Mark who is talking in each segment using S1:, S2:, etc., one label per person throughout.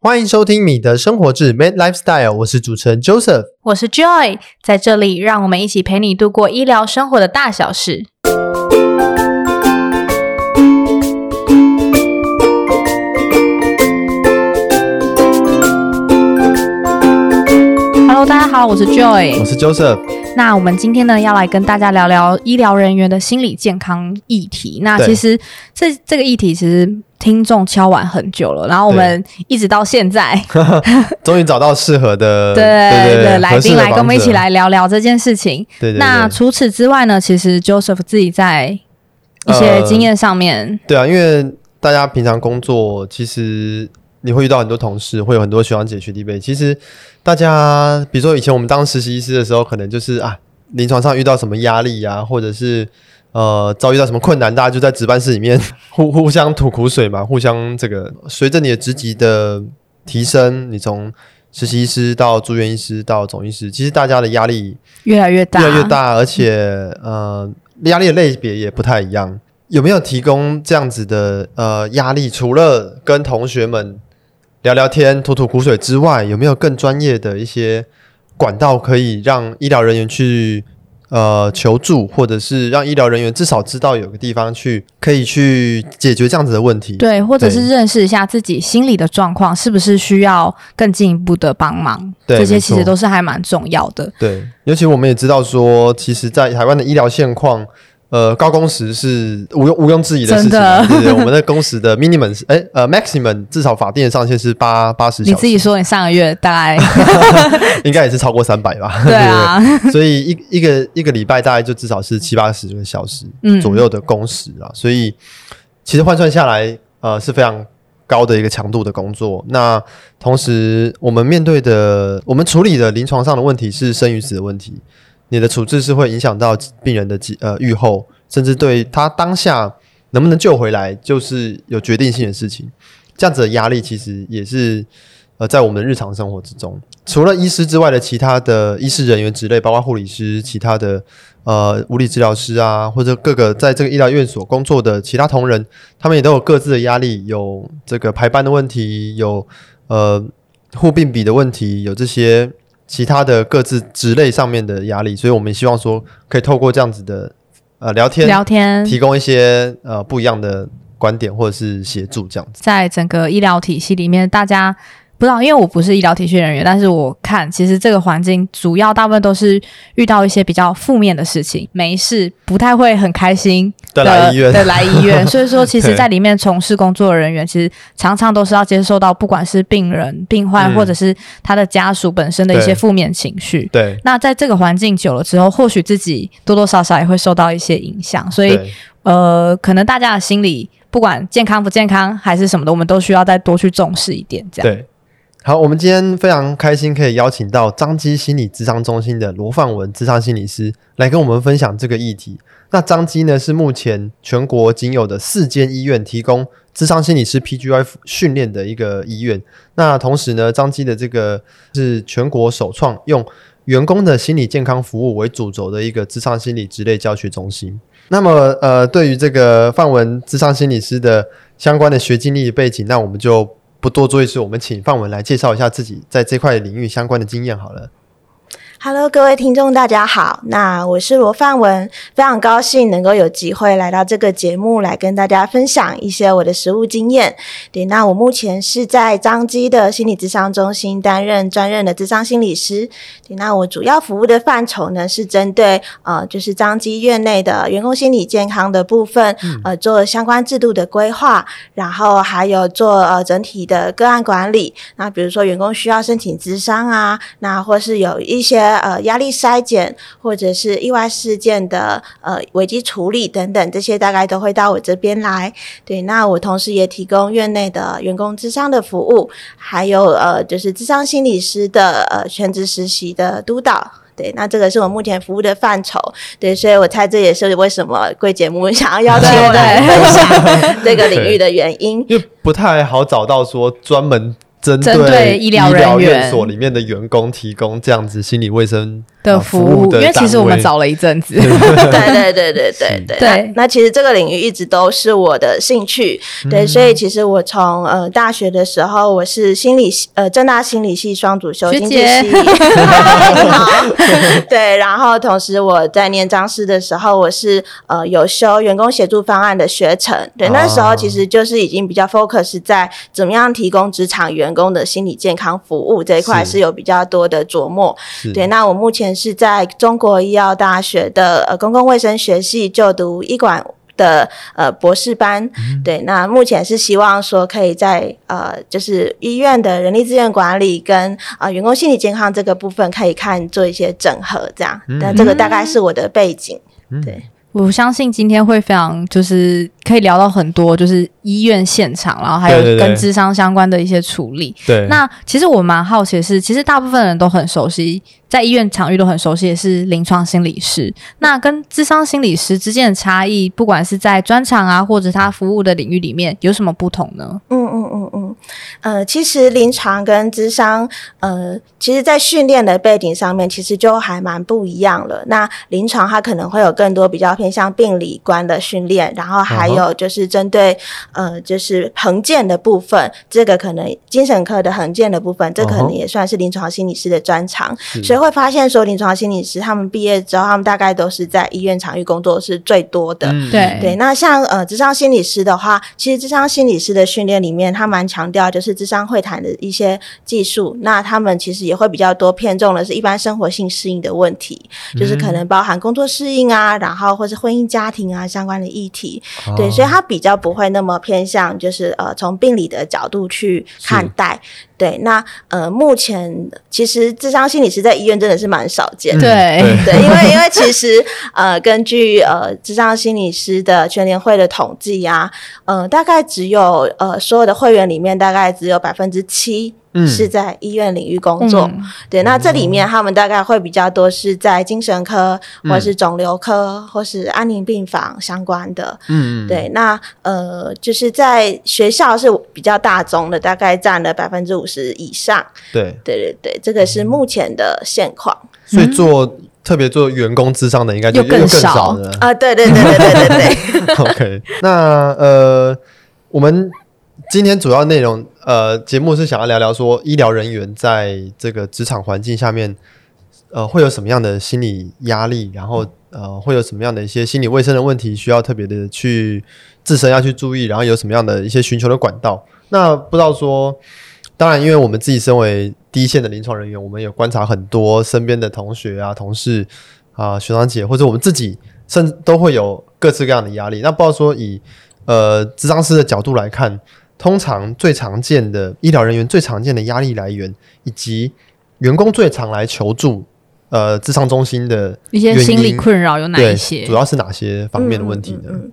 S1: 欢迎收听米的生活志 Mad Lifestyle，我是主持人 Joseph。
S2: 我是 Joy，在这里让我们一起陪你度过医疗生活的大小事。Hello，大家好，我是
S1: 我
S2: Joy。
S1: 是 Joseph，
S2: 那我们今天呢，要来跟大家聊聊医疗人员的心理健康议题。那
S1: 对
S2: 其实这这个议题其实听众敲完很久了，然后我们一直到 现在
S1: 终于找到适合的
S2: 对
S1: 对
S2: 对，来
S1: 合适
S2: 宾
S1: 的
S2: 来跟我们一
S1: 房
S2: 起
S1: 子
S2: 来聊聊这件事情。
S1: 对对对
S2: 那除此之外呢，其实 Joseph 自己在一
S1: 呃
S2: 些经验上面，
S1: 对啊，因为大家平常工作，其实你会遇到很多同事，会有很多学长姐、学弟妹。其实大家，比如说以前我们当实习医师的时候，可能就是啊，临床上遇到什么压力啊，或者是呃遭遇到什么困难，大家就在值班室里面 互互相吐苦水嘛，互相这个。随着你的职级的提升，你从实习医师到住院医师到总医师，其实大家的压力
S2: 越来越大，
S1: 越来越。大，而且呃，压力的类别也不太一样。有没有提供这样子的呃压力？除了跟同学们聊聊天、吐吐苦水之外，有没有更专业的一些管道可以让医疗人员去呃求助，或者是让医疗人员至少知道有个地方去可以去解决这样子的问题？
S2: 对，或者
S1: 对
S2: 是认识一下自己心理的状况，是不是需要更进一步的帮忙？
S1: 对
S2: 这些
S1: 没
S2: 其
S1: 错
S2: 实都是还蛮重要的。
S1: 对，尤其我们也知道说，其实，在台湾的医疗现况，呃，高工时是毋庸毋庸置疑的事情啊。
S2: 真的
S1: 对对对，我们的工时 的 minimum 是，哎、呃，maximum 至少法定的上限是八八十小时，
S2: 你自己说，你上个月大 概
S1: 应该也是超过三百吧？
S2: 对啊，
S1: 对，所以一一个一个礼拜大概就至少是七八十个小时
S2: 嗯
S1: 左右的工时啊，所以其实换算下来，呃，是非常高的一个强度的工作。那同时，我们面对的、我们处理的临床上的问题是生与死的问题，你的处置是会影响到病人的疾呃愈后，甚至对他当下能不能救回来，就是有决定性的事情。这样子的压力其实也是呃在我们的日常生活之中，除了医师之外的其他的医师人员之类，包括护理师、其他的呃物理治疗师啊，或者各个在这个医疗院所工作的其他同仁，他们也都有各自的压力，有这个排班的问题，有呃护病比的问题，有这些。其他的各自职类上面的压力，所以我们希望说，可以透过这样子的呃聊 天，
S2: 聊天，
S1: 提供一些呃不一样的观点或者是协助这样子。
S2: 在整个医疗体系里面，大家不知道，因为我不是医疗体系人员，但是我看其实这个环境主要大部分都是遇到一些比较负面的事情，没事，不太会很开心
S1: 对啊来医院
S2: 对来医 院。所以说，其
S1: 对
S2: 实在里面从事工作的人员，其实常常都是要接受到不管是病人、病患、
S1: 嗯
S2: 或者是他的家属本身的一
S1: 对
S2: 些负面情绪。
S1: 对，
S2: 那在这个环境久了之后，或许自己多多少少也会受到一些影响，所以
S1: 对
S2: 呃，可能大家的心理不管健康不健康还是什么的，我们都需要再多去重视一点。这样，
S1: 对。好，我们今天非常开心可以邀请到张基心理咨商中心的罗范文咨商心理师来跟我们分享这个议题。那张基呢是目前全国仅有的四间医院提供咨商心理师 PGY 训练的一个医院。那同时呢，张基的这个是全国首创用员工的心理健康服务为主轴的一个咨商心理职类教学中心。那么，呃，对于这个范文咨商心理师的相关的学经历背景，那我们就不多做一次，我们请范文来介绍一下自己在这块领域相关的经验好了。
S3: Hello，各位听众，大家好。那我是罗范文，非常高兴能够有机会来到这个节目，来跟大家分享一些我的实务经验。对，那我目前是在张基的心理咨商中心担任专任的咨商心理师。对，那我主要服务的范畴呢，是针对呃，就是张基院内的员工心理健康的部分，呃，做相关制度的规划，然后还有做呃整体的个案管理，那比如说员工需要申请咨商啊，那或是有一些呃压力筛检或者是意外事件的呃危机处理等等，这些大概都会到我这边来。对，那我同时也提供院内的员工咨商的服务，还有呃就是咨商心理师的呃全职实习的督导。对，那这个是我目前服务的范畴。对，所以我猜这也是为什么贵节目想要邀请我来
S2: 对
S3: 分享这个领域的原因。
S1: 因为不太好找到说专门针
S2: 针
S1: 对
S2: 对
S1: 医
S2: 医疗人员
S1: 院所里面的员工提供这样子心理卫生
S2: 的
S1: 啊
S2: 服
S1: 服务
S2: 务，
S1: 的
S2: 因为其实我
S1: 单
S2: 们
S1: 位
S2: 找了一阵子，
S3: 对对对 对对对。
S2: 对嗯
S3: 那那其实这个领域一直都是我的兴趣，对，所以其实我从呃大学的时候，我是心理系呃正大心理系双主修
S2: 学
S3: 经济
S2: 姐
S3: 系， 嗨你好， 对，然后同时我在念张师的时候，我是呃有修员工协助方案的学程，对，那时候
S1: 哦
S3: 其实就是已经比较 focus 在怎么样提供职场员工的心理健康服务这一块
S1: 是
S3: 是有比较多的琢磨，
S1: 是
S3: 对，那我目前是在中国医药大学的呃公共卫生学系就读医管的呃博士班。对，那目前是希望说可以在呃就是医院的人力资源管理跟呃员工心理健康这个部分可以看做一些整合，这样。那、这个大概是我的背景。
S2: 我相信今天会非常就是可以聊到很多，就是医院现场，然后还有
S1: 对对对
S2: 跟智商相关的一些处理。
S1: 对，
S2: 那其实我蛮好奇的是，其实大部分人都很熟悉，在医院场域都很熟悉，也是临床心理师。
S1: 嗯
S2: 那跟智商心理师之间的差异，不管是在专场啊，或者他服务的领域里面，有什么不同呢？
S3: 嗯嗯嗯嗯，呃，其实临床跟智商，呃，其实在训练的背景上面，其实就还蛮不一样了。那临床它可能会有更多比较偏向病理观的训练，然后还
S1: 嗯哼
S3: 有就是针对、呃，就是横件的部分，这个可能精神科的横件的部分，这
S1: 嗯
S3: 可能
S1: 哼
S3: 也算是临床心理师的专长。所以会发现说，临床心理师他们毕业之后，他们大概都是在医院场域工作是最多的。
S1: 嗯
S2: 对
S3: 对，那像呃，智商心理师的话，其实智商心理师的训练里面，他蛮强调就是智商会谈的一些技术。那他们其实也会比较多偏重的是一般生活性适应的问题，就是可能包含工作适应啊，然后或是婚姻家庭啊相关的议题。
S1: 哦
S3: 对，所以他比较不会那么偏向，就是呃，从病理的角度去看待。对，那呃，目前其实智商心理师在医院真的是蛮少
S1: 嗯
S3: 见的。
S2: 对
S3: 对，因为因为其实呃，根据呃智商心理师的全联会的统计啊，呃，大概只有呃所有的会员里面，大概只有百分之七
S1: 嗯哦
S3: 是在医院领域工作。
S2: 嗯
S3: 对，那这里面他们大概会比较多是在精神科，
S1: 嗯
S3: 或是肿瘤科，或是安宁病房相关的。
S1: 嗯，嗯，
S3: 对，那呃，就是在学校是比较大宗的，大概占了百分之五十以上。
S1: 对，
S3: 对对对，这个
S1: 嗯
S3: 是目前的现况。
S1: 所以做特别做员工智商的应该就
S2: 嗯又更
S1: 更
S2: 少
S1: 了。
S3: 啊，对对对对对对 对。
S1: OK，那呃，我们今天主要内容呃，节目是想要聊聊说医疗人员在这个职场环境下面，呃，会有什么样的心理压力，然后呃，会有什么样的一些心理卫生的问题需要特别的去自身要去注意，然后有什么样的一些寻求的管道。那不知道说，当然，因为我们自己身为第一线的临床人员，我们有观察很多身边的同学啊、同事啊、学长姐，或者我们自己，甚至都会有各式各样的压力。那不知道说以呃智商师的角度来看，通常最常见的医疗人员最常见的压力来源，以及员工最常来求助呃智商中心的
S2: 一些
S1: 原
S2: 心理
S1: 因
S2: 困扰有哪
S1: 对
S2: 一些
S1: 主？要是哪些方面的问题呢？
S3: 嗯嗯嗯嗯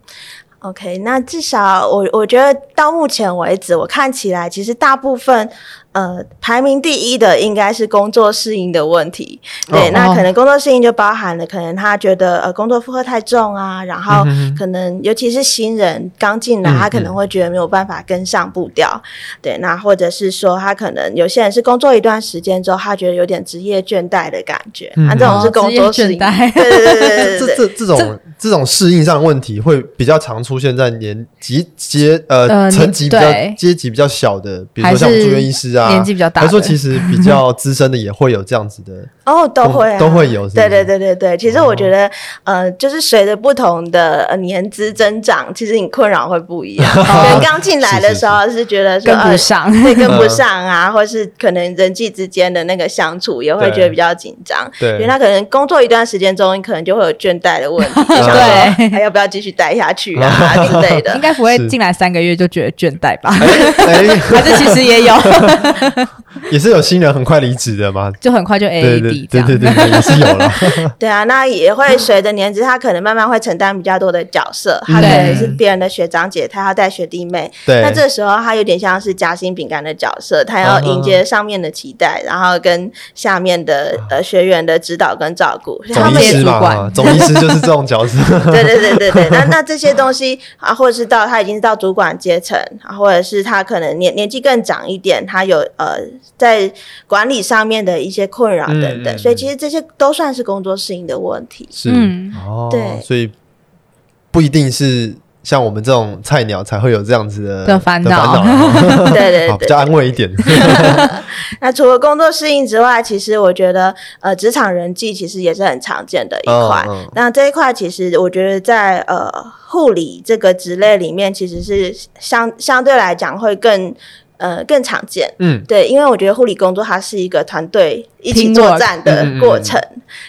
S3: OK，那至少我我觉得到目前为止，我看起来其实大部分呃排名第一的应该是工作适应的问题。对，
S1: 哦
S3: 那可能工作适应就包含了可能他觉得呃工作负荷太重啊，然后可能尤其是新人刚进来，
S1: 嗯
S3: 他可能会觉得没有办法跟上步调。对，那或者是说他可能有些人是工作一段时间之后，他觉得有点职业倦怠的感觉，那、这种是
S2: 哦
S3: 工
S2: 职业
S3: 作适
S2: 倦
S3: 应。
S2: 怠
S3: 对对对对对对
S1: 这
S3: 对
S1: 这这种这种适应上的问题会比较常出现在年级阶呃
S2: 呃
S1: 层级比较
S2: 对
S1: 阶级比较小的，比如
S2: 还
S1: 说像我们
S2: 是
S1: 住院医师啊，
S2: 年纪比较大
S1: 还是说
S2: 的
S1: 其实比较资深的也会有这样子的，
S3: 哦，都
S1: 都
S3: 会、啊、
S1: 都会有是哦
S3: 对
S1: 不是
S3: 对对对对，其实我觉得，呃，就是随着不同的呃年资增长，其实你困扰会不 一样。可能刚进来的时候是觉得说
S2: 跟不
S3: 呃
S2: 上，
S3: 对，跟不上 啊，或是可能人际之间的那个相处也会
S1: 对
S3: 觉得比较紧张。
S1: 对
S3: 因为他可能工作一段时间中，你可能就会有倦怠的问 题，就想
S2: 对
S3: 说哎还要不要继续待下去啊之类的
S2: 应。该不会
S1: 是
S2: 进来三个月就觉得倦怠吧？
S1: 哎 哎，
S2: 还是其实也 有，
S1: 也是有新人很快离职的嘛，
S2: 就很快就
S1: 对对
S2: AAD
S1: 对
S2: 这样。
S1: 对对对，也是有 了，
S3: 对啊，那也会随着年纪，他可能慢慢会承担比较多的角色，他
S1: 嗯
S3: 可能是别人的学长姐，他要带学弟妹，
S1: 对，
S3: 那这时候他有点像是夹心饼干的角色，他
S1: 嗯
S3: 要迎接上面的期待，然后跟下面的呃学员的指导跟照顾，所以他
S1: 啊总医
S3: 们也
S1: 师嘛，
S2: 主管
S1: 啊总医师就是这种角色，
S3: 对对对 对对，那那这些东西啊，或者是到他已经是到主管阶层，啊，或者是他可能年年纪更长一点，他有呃在管理上面的一些困扰等等，
S1: 嗯嗯嗯
S3: 所以其实这些都算是工作适应的问 题。
S1: 是，
S2: 嗯
S1: 哦，
S3: 对
S1: 所以不一定是像我们这种菜鸟才会有这样子的
S2: 的烦恼
S1: 恼 哦
S3: 对对
S1: 好比
S3: 对
S1: 较安慰一点。
S3: 那除了工作适应之外，其实我觉得呃，职场人际其实也是很常见的一块。
S1: 嗯嗯
S3: 那这一块其实我觉得在呃护理这个职类里面，其实是相相对来讲会更呃更常见。
S1: 嗯，
S3: 对，因为我觉得护理工作它是一个团队一起
S2: Teamwork
S3: 作战的
S1: 嗯嗯嗯
S3: 过程，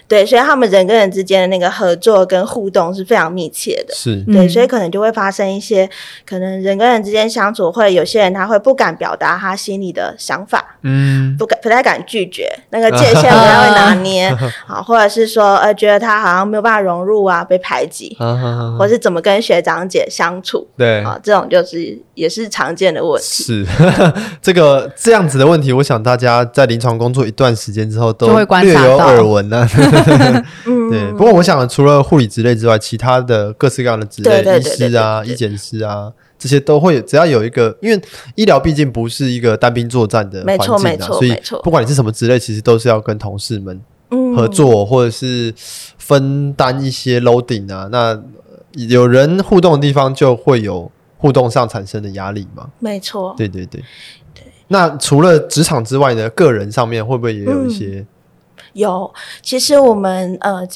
S3: 对，所以他们人跟人之间的那个合作跟互动是非常密切的。
S1: 是，
S3: 对，
S2: 嗯
S3: 所以可能就会发生一些，可能人跟人之间相处会有些人他会不敢表达他心里的想法，
S1: 嗯，
S3: 不敢不太敢拒绝，那个 界限不太会拿捏，好，或者是说呃觉得他好像没有办法融入啊，被 排挤，
S1: 啊哈哈
S3: 或
S1: 哈
S3: 是怎么跟学长姐相处
S1: 对，
S3: 啊，这种就是也是常见的问题。
S1: 是 这个这样子的问题，我想大家在临床工作一段时间之后都
S2: 就会观察
S1: 略有
S2: 到
S1: 耳闻啊呢、
S3: 嗯，
S1: 对，不过我想除了护理之类之外，其他的各式各样的职类，
S3: 对对
S1: 医
S3: 对
S1: 师啊、
S3: 对对对
S1: 医检师啊，这些都会有只要有一个，因为医疗毕竟不是一个单兵作战的环
S3: 没错
S1: 境
S3: 没
S1: 啊，
S3: 错
S1: 所以
S3: 没错
S1: 不管你是什么职类，其实都是要跟同事们
S3: 嗯
S1: 合作，或者是分担一些 loading 啊。那有人互动的地方，就会有互动上产生的压力嘛。
S3: 没错，
S1: 对对对。那除了职场之外呢，个人上面会不会也有一些？
S3: 有。其实我们呃，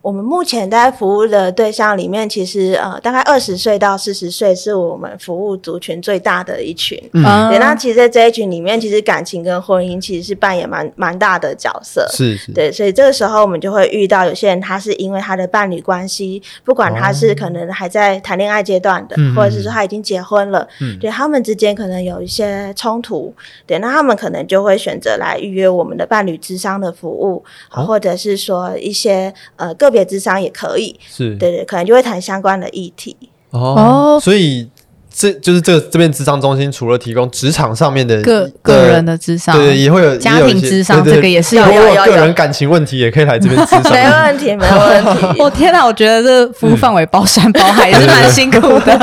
S3: 我们目前在服务的对象里面，其实呃，大概二十岁到四十岁是我们服务族群最大的一群。
S1: 嗯，
S3: 对，
S2: 啊
S3: 那其实在这一群里面，其实感情跟婚姻其实是扮演蛮蛮大的角色。
S1: 是是，
S3: 对，所以这个时候我们就会遇到有些人，他是因为他的伴侣关系，不管他是可能还在谈恋爱阶段的，
S1: 嗯嗯
S3: 或者是说他已经结婚了，
S1: 嗯
S3: 对他们之间可能有一些冲突，对，那他们可能就会选择来预约我们的伴侣智商的服务，
S1: 哦
S3: 或者是说一些呃个别智商也可以，
S1: 是，
S3: 对对，可能就会谈相关的议题。
S1: 哦，
S2: 哦
S1: 所以这就是这个这边职场中心除了提供职场上面的
S2: 个
S1: 呃
S2: 个人的智商，
S1: 对对，也会有
S2: 家庭智商这个也是
S1: 有
S2: 有
S1: 一些对对
S3: 有
S1: 如
S3: 有
S1: 果个人感情问题也可以来这边咨
S3: 没
S1: 商。
S3: 问题，没问 题。
S2: 我天哪，我觉得这服务范围包山包海，
S1: 嗯
S2: 也是蛮辛苦 的。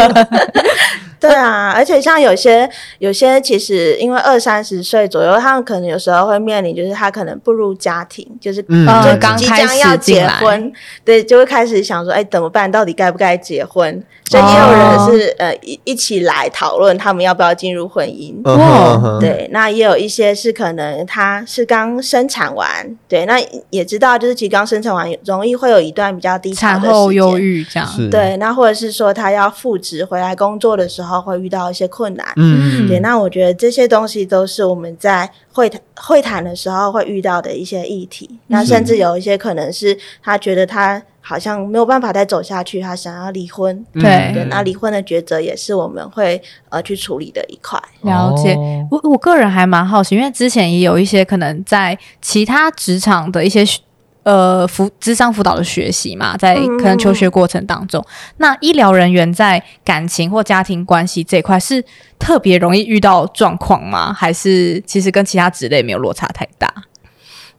S3: 对啊，而且像有些有些其实因为二三十岁左右，他们可能有时候会面临，就是他可能步入家庭，就是
S1: 嗯
S3: 就
S1: 呃
S2: 刚
S3: 即
S2: 开
S3: 将
S2: 始
S3: 要
S2: 进
S3: 结
S2: 来
S3: 婚，对，就会开始想说，哎，怎么办？到底该不该结婚？所以也有人
S2: 哦
S3: 是、呃一一起来讨论他们要不要进入婚姻。
S1: 嗯
S2: 哇
S1: 哼嗯哼
S3: 对，那也有一些是可能他是刚生产完，对，那也知道就是其实刚生产完容易会有一段比较低潮的
S2: 产
S3: 时
S2: 后忧
S3: 间
S2: 郁这样，
S1: 是，
S3: 对，那或者是说他要复职回来工作的时候会遇到一些困难。
S1: 嗯，嗯
S3: 对，那我觉得这些东西都是我们在会谈会谈的时候会遇到的一些议题。那甚至有一些可能是他觉得他好像没有办法再走下去，他想要离婚。
S1: 嗯
S2: 对
S3: 对，那离婚的抉择也是我们会呃去处理的一块。
S2: 了解。
S1: 哦
S2: 我我个人还蛮好奇，因为之前也有一些可能在其他职场的一些学呃辅智商辅导的学习嘛，在
S3: 嗯
S2: 可能求学过程当中，那医疗人员在感情或家庭关系这一块是特别容易遇到状况吗？还是其实跟其他职类没有落差太大？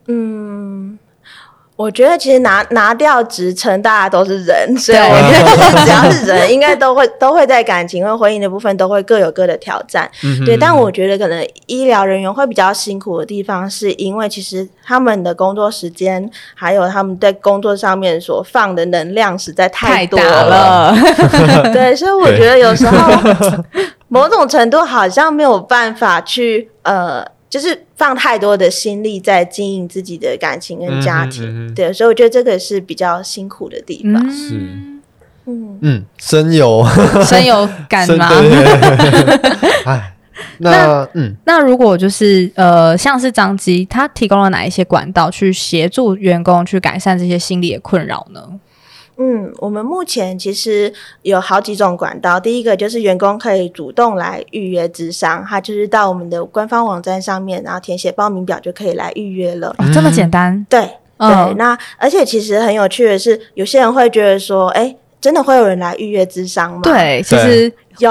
S3: 嗯，我觉得其实拿拿掉职称，大家都是人，所以
S2: 对
S3: 我觉得 只要是人，应该都会都会在感情和婚姻的部分都会各有各的挑战。
S1: 嗯哼
S3: 对，但我觉得可能医疗人员会比较辛苦的地方，是因为其实他们的工作时间，还有他们在工作上面所放的能量实在太多
S2: 大了，
S3: 对，所以我觉得有时 候某种程度好像没有办法去呃，就是放太多的心力在经营自己的感情跟家庭。
S1: 嗯嗯嗯嗯
S3: 对，所以我觉得这个是比较辛苦的地方。
S2: 嗯，
S3: 嗯，
S1: 嗯，深有
S2: 深有感
S1: 深
S2: 吗？
S1: 对对 对哎，那嗯
S2: 那如果就是呃，像是张基，他提供了哪一些管道去协助员工去改善这些心理的困扰呢？
S3: 嗯，我们目前其实有好几种管道。第一个就是员工可以主动来预约咨商，他就是到我们的官方网站上面，然后填写报名表就可以来预约了。
S2: 哦，这么简单？
S3: 对，对，
S2: 嗯，
S3: 那而且其实很有趣的是，有些人会觉得说，哎，真的会有人来预约智商吗？，
S2: 对，其实
S3: 有，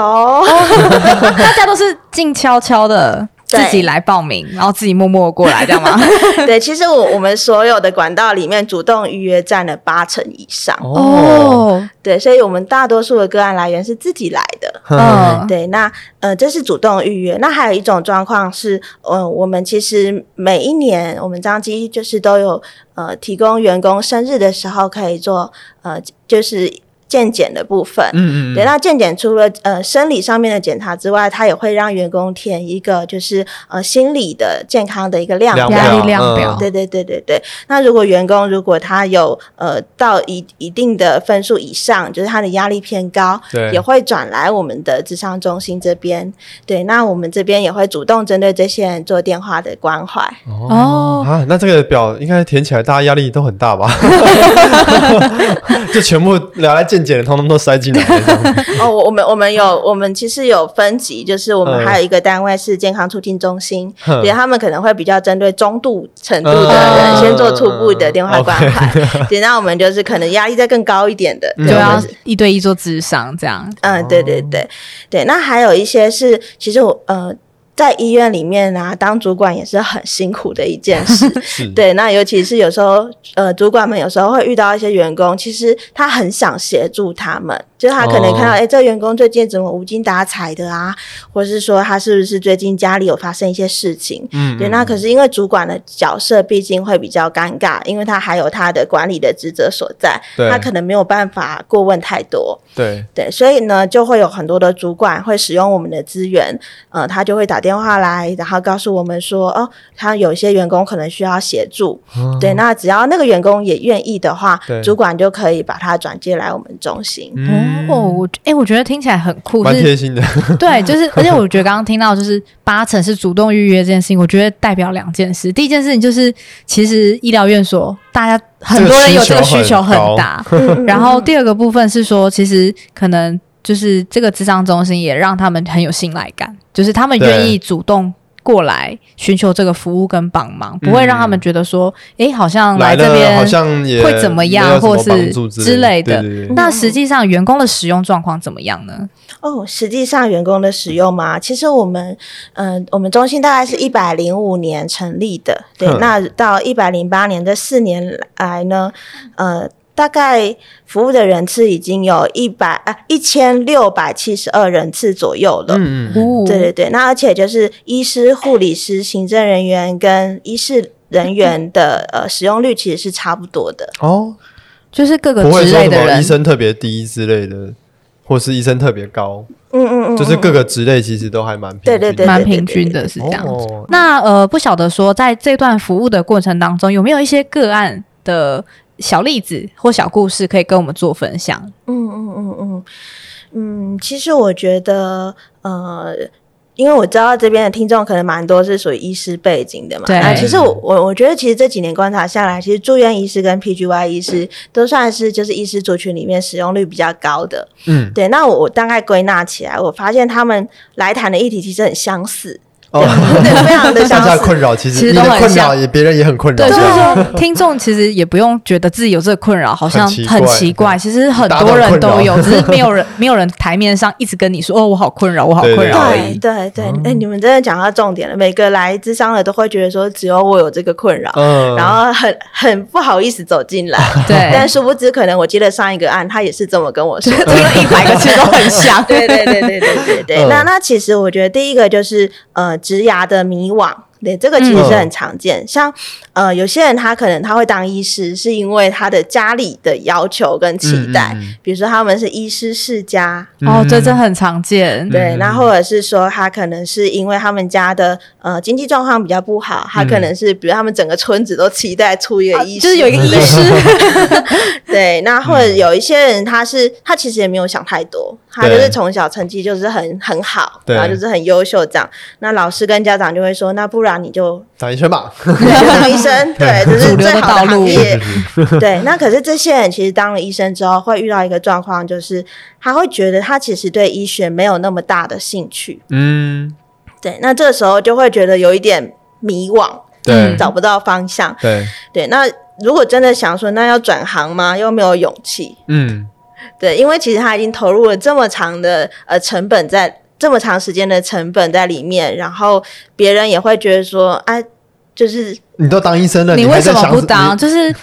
S2: 大家都是静悄悄的，自己来报名，然后自己默默过来，这样吗？
S3: 对，其实我我们所有的管道里面，主动预约占了八成以上。
S1: 哦，，
S3: 对，所以我们大多数的个案来源是自己来的。
S1: 嗯，
S3: 对，那呃，这是主动预约。那还有一种状况是，呃，我们其实每一年我们张基就是都有呃提供员工生日的时候可以做呃就是健检的部分。
S1: 嗯
S3: 对，那健检除了呃生理上面的检查之外，它也会让员工填一个就是呃心理的健康的一个量
S1: 量
S3: 表。
S2: 压力
S1: 量
S2: 量
S1: 嗯
S2: 表
S3: 对对对对对。那如果员工如果他有呃到一一定的分数以上，就是他的压力偏高，
S1: 对
S3: 也会转来我们的智商中心这边。对，那我们这边也会主动针对这些人做电话的关怀。
S2: 哦
S1: 啊，那这个表应该填起来，大家压力都很大吧？就全部拿来健检的，通通都塞进来了这样。
S3: 哦，我我们我们有我们其实有分级，就是我们
S1: 嗯
S3: 还有一个单位是健康促进中心，
S1: 哼
S3: 对，他们可能会比较针对中度程度的
S2: 嗯
S3: 人先做初步的电话关怀
S1: 嗯 OK，
S3: 对，那我们就是可能压力再更高一点的，
S1: 嗯
S2: 就
S3: 对我们
S2: 要
S3: 是
S2: 一对一啊做智商这样。
S3: 嗯，对对
S1: 哦
S3: 对对，那还有一些是，其实我呃。在医院里面啊，当主管也是很辛苦的一件 事。
S1: 是，
S3: 对，那尤其是有时候，呃，主管们有时候会遇到一些员工，其实他很想协助他们，就是他可能看到，
S1: 哦
S3: 哎、这个员工最近怎么无精打采的啊，或是说他是不是最近家里有发生一些事情？
S1: 嗯
S3: 对，那可是因为主管的角色毕竟会比较尴尬，因为他还有他的管理的职责所在，
S1: 对
S3: 他可能没有办法过问太多。
S1: 对，
S3: 对，所以呢，就会有很多的主管会使用我们的资源，呃，他就会打电话来，然后告诉我们说，哦，他有一些员工可能需要协助，
S1: 嗯
S3: 对，那只要那个员工也愿意的话
S1: 对，
S3: 主管就可以把他转接来我们中 心。
S1: 嗯
S2: 哦，我哎、我觉得听起来很酷，
S1: 蛮
S2: 是
S1: 贴心的，
S2: 对，就是，而且我觉得刚刚听到就是八成是主动预约这件事情，我觉得代表两件事。第一件事情就是，其实医疗院所大家很多人有这个需求很大，
S3: 嗯
S2: 然后
S3: 嗯
S2: 第二个部分是说，其实可能就是这个智商中心也让他们很有信赖感，就是他们愿意主动。过来寻求这个服务跟帮忙，不会让他们觉得说，诶，好像
S1: 来
S2: 这
S1: 了
S2: 边
S1: 好像也
S2: 会怎么样
S1: 没有什
S2: 或是
S1: 帮助之
S2: 之类的
S1: 对对对
S2: 那实际上员工的使用状况怎么样呢？
S3: 哦，实际上员工的使用嘛，其实我们，嗯、我们中心大概是一百零五年成立的，对
S1: 哼，
S3: 那到一百零八年这四年来呢，
S1: 嗯
S3: 呃。大概服务的人次已经有一百啊一千六百七十二人次左右了，
S1: 嗯嗯嗯，
S2: 哦
S3: 对对对，那而且就是医师、护理师、行政人员跟医事人员的呃使用率其实是差不多的。
S1: 哦，
S2: 就是各个
S1: 不会
S2: 职
S1: 说
S2: 类
S1: 什
S2: 的
S1: 么
S2: 人
S1: 医，生特别低之类的，或是医生特别高，
S3: 嗯嗯嗯，
S1: 就是各个职类其实都还蛮平
S3: 对对
S1: 均
S3: 对
S1: 的
S2: 蛮平均的，是这样。
S3: 嗯
S1: 哦
S2: 那呃，不晓得说，在这段服务的过程当中，有没有一些个案的小例子或小故事可以跟我们做分享？
S3: 嗯嗯嗯嗯嗯，其实我觉得呃。因为我知道这边的听众可能蛮多是属于医师背景的嘛，
S2: 对
S3: 那其实我我我觉得其实这几年观察下来，其实住院医师跟 PGY 医师都算是就是医师族群里面使用率比较高的。
S1: 嗯，
S3: 对，那我我大概归纳起来，我发现他们来谈的议题其实很相似，
S1: 哦，
S3: 对，非常的
S1: 大
S3: 相
S1: 家
S3: 似。
S1: 困扰其
S2: 其
S1: 实
S2: 实
S1: 你
S2: 都
S1: 的
S2: 很
S1: 困扰
S2: 像
S1: 也别人也很困扰，
S2: 对，
S1: 这
S2: 所以
S1: 样
S2: 说听众其实也不用觉得自己有这个困扰，好像
S1: 很奇怪
S2: 很奇怪。其实很多人都有，只是没有人没有人台面上一直跟你说哦，我好困扰，我好困扰而
S3: 对
S2: 已。嗯
S3: 对对，哎、你们真的讲到重点了。每个来咨商的都会觉得说，只有我有这个困
S2: 哦
S3: 扰，
S1: 嗯，
S3: 然后很很不好意思走 进来。但
S2: 对，
S3: 殊不知，可能我记得上一个案，他也是这么跟我 说的。
S2: 听了一百个其实都很像。
S3: 对对对对对对 对。
S1: 嗯
S3: 那那其实我觉得第一个就是呃，职涯的迷惘。对，这个其实是很常见。
S1: 嗯
S3: 像呃，有些人他可能他会当医师，是因为他的家里的要求跟期待，
S1: 嗯嗯嗯
S3: 比如说他们是医师世家，
S2: 哦，这真的很常见。
S3: 对，
S1: 嗯
S3: 那或者是说他可能是因为他们家的呃经济状况比较不好，他可能是比如他们整个村子都期待出一
S1: 啊
S3: 个医师，
S2: 啊就是有一个医师，
S3: 对，那或
S1: 嗯
S3: 者有一些人他是他其实也没有想太多，他就
S1: 对
S3: 是从小成绩就是很很好，
S1: 对
S3: 然后就是很优秀这样。那老师跟家长就会说，那不然 你就
S1: 打一圈吧，
S3: 去当医生，对，这是
S2: 主流
S3: 最
S2: 的
S3: 好
S2: 道
S3: 的行
S2: 路
S3: 业。对，那可是这些人其实当了医生之后，会遇到一个状况，就是他会觉得他其实对医学没有那么大的兴趣。
S1: 嗯，
S3: 对，那这时候就会觉得有一点迷惘，
S1: 对
S3: 找不到方向。
S1: 对，
S3: 对，那如果真的想说，那要转行吗？又没有勇气。
S1: 嗯，
S3: 对，因为其实他已经投入了这么长的呃成本在。这么长时间的成本在里面，然后别人也会觉得说，啊，就是
S1: 你都当医生 了，
S2: 你
S1: 还
S2: 为
S1: 在
S2: 什么
S1: 想
S2: 不
S1: 你
S2: 当？就是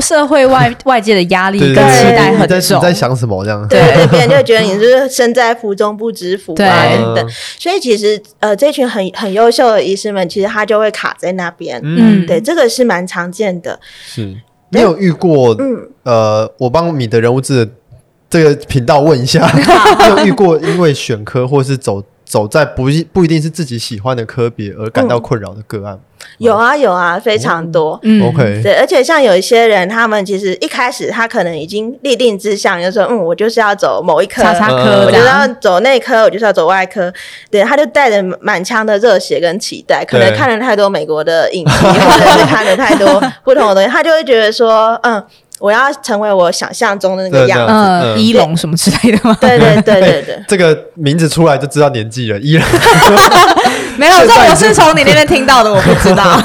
S2: 社会外外界的压力
S1: 对
S2: 跟
S1: 对
S2: 期
S1: 对，
S3: 期
S2: 待
S3: 待
S1: 你
S2: 很
S1: 在
S2: 重
S1: 你。在想什么这样？
S3: 对，对别人就会觉得你就是身在福中不知福啊
S2: 对
S3: 等等。所以其实呃，这群很很优秀的医师们，其实他就会卡在那边。
S2: 嗯
S3: 对，这个是蛮常见的。
S1: 是。你有遇过
S3: 嗯，
S1: 呃，我帮你的人物志的这个频道问一下，你有遇过因为选科或是走走在不一不一定是自己喜欢的科别而感到困扰的个案？
S3: 有啊有啊，非常多。
S2: 嗯
S1: OK，
S3: 对，而且像有一些人，他们其实一开始他可能已经立定志向，就说嗯，我就是要走某一科，
S2: 叉叉
S1: 呃
S2: 科
S3: 我
S2: 这
S3: 就是要
S2: 样，
S3: 走内科，我就是要走外科。对，他就带着满腔的热血跟期待，可能
S1: 对
S3: 看了太多美国的影集， 或者是看了太多不同的东西，他就会觉得说，嗯，我要成为我想象中的那个
S1: 对
S3: 样子。
S1: 嗯
S2: 嗯，一龙什么之类的吗？
S3: 对对对 对对。
S1: 哎这个名字出来就知道年纪了，依然
S2: 没有，这我是从你那边听到的，我不 知道。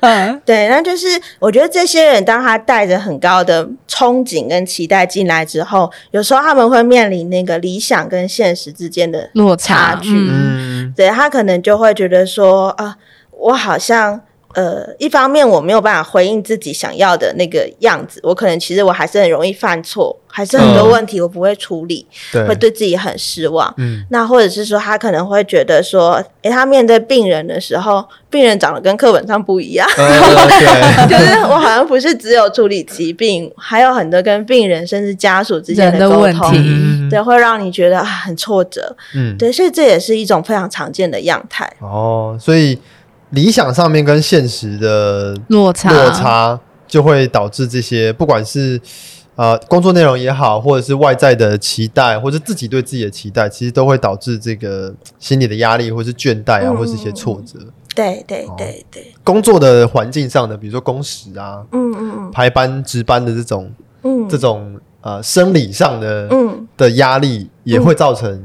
S2: 嗯，
S3: 对，那就是我觉得这些人，当他带着很高的憧憬跟期待进来之后，有时候他们会面临那个理想跟现实之间的，
S2: 落
S3: 差
S2: 差
S3: 距
S2: 嗯
S1: 嗯，
S3: 对他可能就会觉得说啊、我好像呃，一方面我没有办法回应自己想要的那个样子，我可能其实我还是很容易犯错，还是很多
S1: 嗯
S3: 问题我不会处理，会
S1: 对，
S3: 对自己很失望。
S1: 嗯，
S3: 那或者是说，他可能会觉得说，诶，他面对病人的时候，病人长得跟课本上不一样，
S1: 呃 OK，
S3: 就是我好像不是只有处理疾病，还有很多跟病人甚至家属之间
S2: 人的
S3: 沟
S2: 问
S3: 通，
S2: 题，
S3: 对，会让你觉得啊很挫折。
S1: 嗯，
S3: 对，所以这也是一种非常常见的样态。
S1: 哦，所以理想上面跟现实的
S2: 落差，
S1: 落
S3: 啊
S1: 差就会导致这些，不管是呃工作内容也好，或者是外在的期待，或者自己对自己的期待，其实都会导致这个心理的压力，或是倦怠啊，
S3: 嗯
S1: 或是一些挫折。
S3: 对对
S1: 哦
S3: 对对，
S1: 工作的环境上的，比如说工时啊、
S3: 嗯嗯
S1: 排班、值班的这种
S3: 嗯
S1: 这种呃生理上的
S3: 嗯
S1: 的压力，也会造成，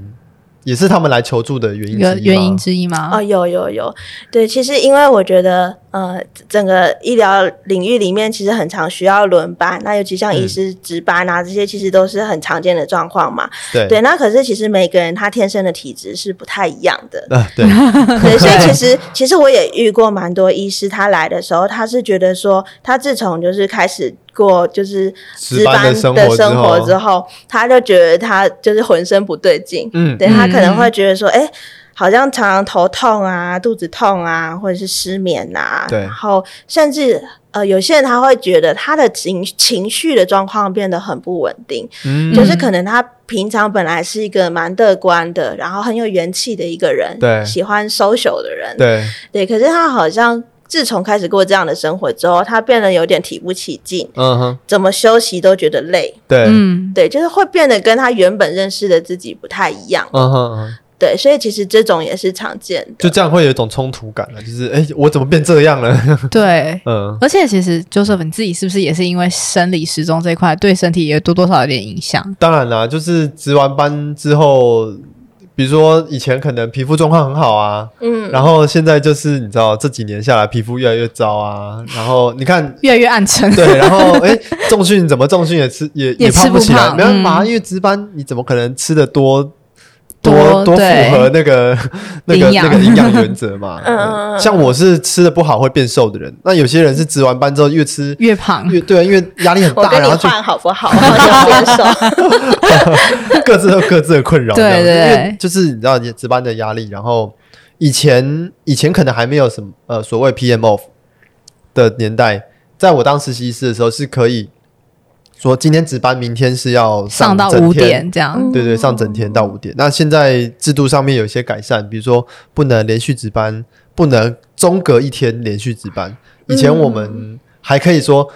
S1: 也是他们来求助的原因之一
S2: 原
S1: 吗
S2: 原因之一吗
S3: 哦，？有有有，对，其实因为我觉得，呃，整个医疗领域里面其实很常需要轮班，那尤其像医
S1: 嗯
S3: 师值班啊，这些其实都是很常见的状况嘛。
S1: 对
S3: 对，那可是其实每个人他天生的体质是不太一样 的，
S1: 啊 对
S3: 对，所以其实其实我也遇过蛮多医师，他来的时候，他是觉得说，他自从就是开始过就是
S1: 值
S3: 值
S1: 班
S3: 班
S1: 的
S3: 的
S1: 生活
S3: 生
S1: 之后
S3: 活之后，他就觉得他就是浑身不对劲，
S1: 嗯
S3: 对他可能
S2: 嗯
S3: 会觉得说，哎、好像常常头痛啊、肚子痛啊，或者是失眠啊，
S1: 对
S3: 然后甚至呃，有些人他会觉得他的情情绪的状况变得很不稳定，
S1: 嗯
S3: 就是可能他平常本来是一个蛮乐观的，然后很有元气的一个人，
S1: 对
S3: 喜欢 social 的人，
S1: 对
S3: 对可是他好像自从开始过这样的生活之后，他变得有点提不起劲，
S1: 嗯哼
S3: 怎么休息都觉得累，
S1: 对嗯
S2: 嗯，
S3: 对，就是会变得跟他原本认识的自己不太一样，
S1: 哼嗯哼。
S3: 对，所以其实这种也是常见的，
S1: 就这样会有一种冲突感了，就是哎、诶我怎么变这样了？
S2: 对。
S1: 嗯，
S2: 而且其实 Joseph 你自己是不是也是因为生理时钟这一块对身体也多多少少有点影响？
S1: 当然啦，就是值完班之后，比如说以前可能皮肤状况很好啊，
S3: 嗯，
S1: 然后现在就是你知道这几年下来皮肤越来越糟啊，然后你看。
S2: 越来越暗沉。
S1: 对，然后哎，诶重训怎么重训也吃也
S2: 也
S1: 胖
S2: 吃不
S1: 起来，
S2: 胖
S1: 没办法，
S2: 嗯
S1: 因为值班你怎么可能吃的多多
S2: 多
S1: 多
S2: 对
S1: 符合那 个那个
S2: 营养
S1: 那个营养原则嘛？
S3: 嗯
S1: 对
S3: 嗯嗯
S1: 像我是吃的不好会变瘦的人，那有些人是值完班之后越吃
S2: 越胖，
S1: 因为对啊，因为压力很
S3: 我
S1: 大，
S3: 跟
S1: 然
S3: 你
S1: 后就
S3: 换好不好？我好想变瘦，
S1: 各自有各自的困扰。
S2: 对
S1: 这样子
S2: 对
S1: 因为就是你知道值班的压力，然后以前以前可能还没有什么呃所谓 PM off 的年代，在我当实习医师的时候是可以说今天值班，明天是要
S2: 上到
S1: 整
S2: 五
S1: 天
S2: 点这样
S3: 嗯。
S1: 对对，
S2: 哦
S1: 上整天到五点。那现在制度上面有一些改善，比如说不能连续值班，不能中隔一天连续值班。以前我
S2: 嗯
S1: 们还可以说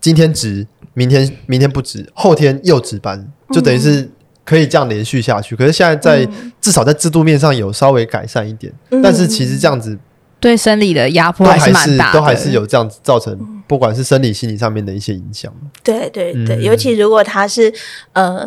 S1: 今天值，明天明天不值，后天又值
S2: 嗯
S1: 班，就等于是可以这样连续下去。可是现在在、
S2: 嗯
S1: 至少在制度面上有稍微改善一点，
S3: 嗯
S1: 但是其实这样子
S2: 对生理的压
S1: 都
S2: 迫是
S1: 是
S2: 蛮大的，嗯
S1: 都还是 有这样子造成，不管是生理、心理上面的一些影响。
S3: 对对对，
S1: 嗯
S3: 尤其如果他是呃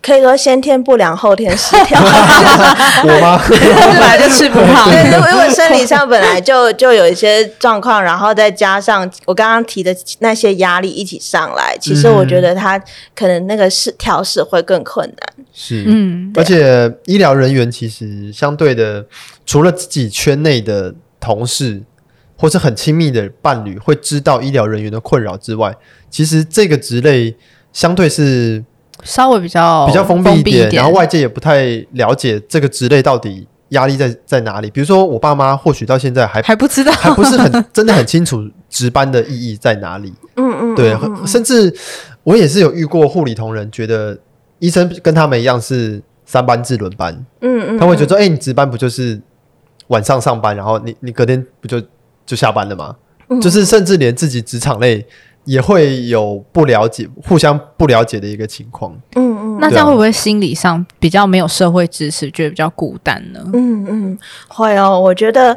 S3: K 哥先天不良后天失调，
S1: 我 吗？
S2: 本来就吃不胖。
S3: 对，如果如果生理上本来就就有一些状况，然后再加上我刚刚提的那些压力一起上来，其实我觉得他可能那个是调试会更困难。
S1: 是，
S2: 嗯，
S1: 而且医疗人员其实相对的，除了自己圈内的同事或是很亲密的伴侣会知道医疗人员的困扰之外，其实这个职类相对是
S2: 稍微比较
S1: 比较封闭
S2: 哦闭
S1: 一点，然后外界也不太了解这个职类到底压力在在哪里。比如说，我爸妈或许到现在 还
S2: 还不知道，
S1: 还不是很真的很清楚值班的意义在哪里。
S3: 嗯 嗯，
S1: 对，
S3: 嗯嗯
S1: 甚至我也是有遇过护理同仁，觉得医生跟他们一样是三班制轮班，
S3: 嗯嗯，
S1: 他会觉得说：“哎、你值班不就是晚上上班，然后你你隔天不就就下班了吗？”
S3: 嗯
S1: 就是甚至连自己职场内也会有不了解、互相不了解的一个情况。
S3: 嗯嗯，
S2: 那这
S1: 啊
S2: 样会不会心理上比较没有社会支持，觉得比较孤单呢？
S3: 嗯嗯，会哦。我觉得，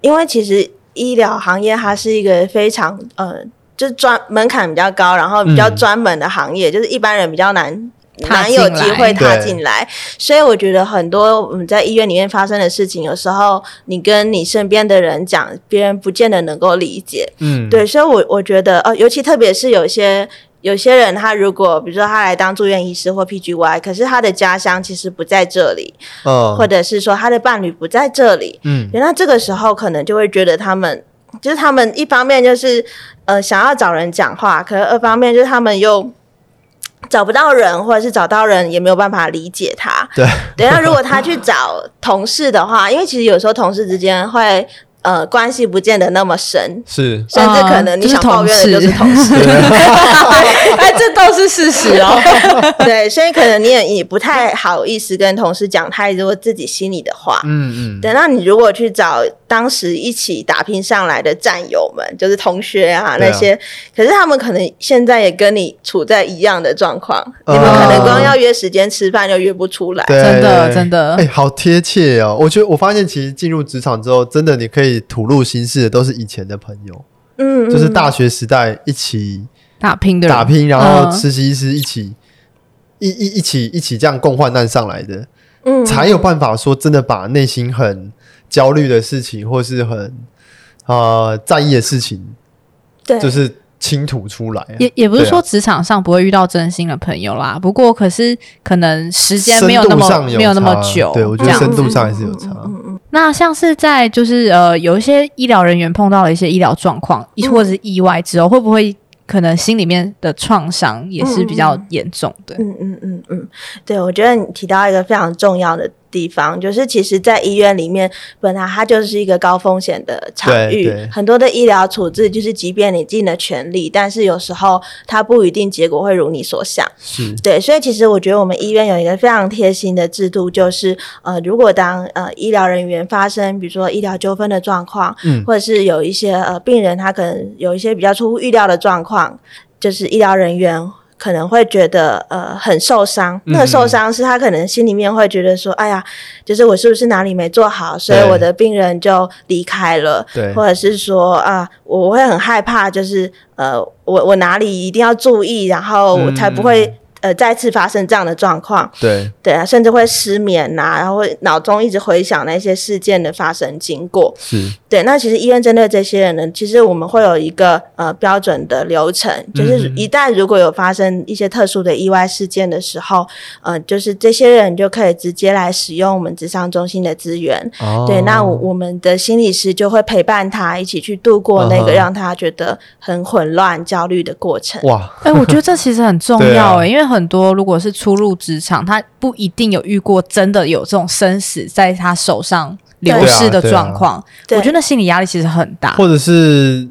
S3: 因为其实医疗行业它是一个非常呃，就是专门槛比较高，然后比较
S1: 嗯
S3: 专门的行业，就是一般人比较难。
S2: 踏
S3: 难
S2: 进
S3: 有机
S2: 来
S3: 会踏
S1: 对
S3: 进来，所以我觉得很多我们在医院里面发生的事情，有时候你跟你身边的人讲，别人不见得能够理解。
S1: 嗯，
S3: 对，所以我，我觉得，呃，尤其特别是有些有些人，他如果比如说他来当住院医师或 PGY，可是他的家乡其实不在这里，
S1: 嗯，
S3: 或者是说他的伴侣不在这里，
S1: 嗯，
S3: 那这个时候可能就会觉得他们就是他们一方面就是呃想要找人讲话，可是二方面就是他们又。找不到人，或者是找到人也没有办法理解他。
S1: 对，
S3: 对。那如果他去找同事的 话，因为其实有时候同事之间会呃关系不见得那么深，
S1: 是
S3: 甚至可能你想抱怨的就是同事。
S2: 哎，这都是事实哦。
S3: 对，所以可能你也也不太好意思跟同事讲太多自己心里的话。
S1: 嗯嗯，
S3: 等到你如果去找当时一起打拼上来的战友们，就是同学啊
S1: 对啊
S3: 那些，可是他们可能现在也跟你处在一样的状况，
S1: 呃
S3: 你们可能光要约时间吃饭就约不出来。
S1: 对
S2: 真的
S1: 对
S2: 真的
S1: 哎、好贴切哦！我觉得我发现，其实进入职场之后，真的你可以吐露心事的都是以前的朋友，
S3: 嗯，
S1: 就是
S3: 嗯
S1: 大学时代一起
S2: 打拼的人
S1: 打拼，然后
S2: 嗯
S1: 实习医师一起、一一一起一起这样共患难上来的，
S3: 嗯
S1: 才有办法说真的把内心很焦虑的事情，或是很呃在意的事情，
S3: 对，
S1: 就是倾吐出来啊、
S2: 也也不是
S1: 对啊
S2: 说职场上不会遇到真心的朋友啦，不过可是可能时间
S1: 深
S2: 没有那
S1: 度
S2: 么
S1: 上
S2: 没有那么
S1: 差
S2: 久，
S1: 对我觉得
S2: 这样嗯
S1: 深度
S3: 子
S1: 上还是有差。
S3: 嗯
S2: 那像是在就是呃，有一些医疗人员碰到了一些医疗状况，亦或者是意外之后，会不会可能心里面的创伤也是比较严重的？
S3: 嗯嗯嗯嗯，对，我觉得你提到一个非常重要的地方，就是其实，在医院里面，本来它就是一个高风险的场
S1: 对
S3: 域
S1: 对，
S3: 很多的医疗处置，就是即便你尽了全力，但是有时候它不一定结果会如你所想。
S1: 是，
S3: 对，所以其实我觉得我们医院有一个非常贴心的制度，就是呃，如果当呃医疗人员发生比如说医疗纠纷的状况，
S1: 嗯
S3: 或者是有一些呃病人他可能有一些比较出乎预料的状况，就是医疗人员。可能会觉得呃很受伤，那个受
S1: 嗯
S3: 伤是他可能心里面会觉得说，哎呀，就是我是不是哪里没做好，所以
S1: 对
S3: 我的病人就离开了。
S1: 对，
S3: 或者是说啊，我我会很害怕，就是呃，我我哪里一定要注意，然后我才不会、
S1: 嗯
S3: 呃再次发生这样的状况。
S1: 对，
S3: 对啊，甚至会失眠呐、然后会脑中一直回想那些事件的发生经过。
S1: 是，
S3: 对，那其实医院针对这些人呢，其实我们会有一个呃标准的流程，就是
S1: 嗯
S3: 一旦如果有发生一些特殊的意外事件的时候，呃，就是这些人就可以直接来使用我们职商中心的资源，
S1: 哦
S3: 对，那我我们的心理师就会陪伴他一起去度过那
S1: 嗯哼
S3: 个让他觉得很混乱、焦虑的过程。
S1: 哇，
S2: 哎、我觉得这其实很重
S1: 对
S2: 要
S1: 啊
S2: 哎、因为很多如果是初入职场，他不一定有遇过真的有这种生死在他手上流逝的状况，
S3: 啊对
S2: 我觉得那心理压力其实很大。
S1: 啊或者是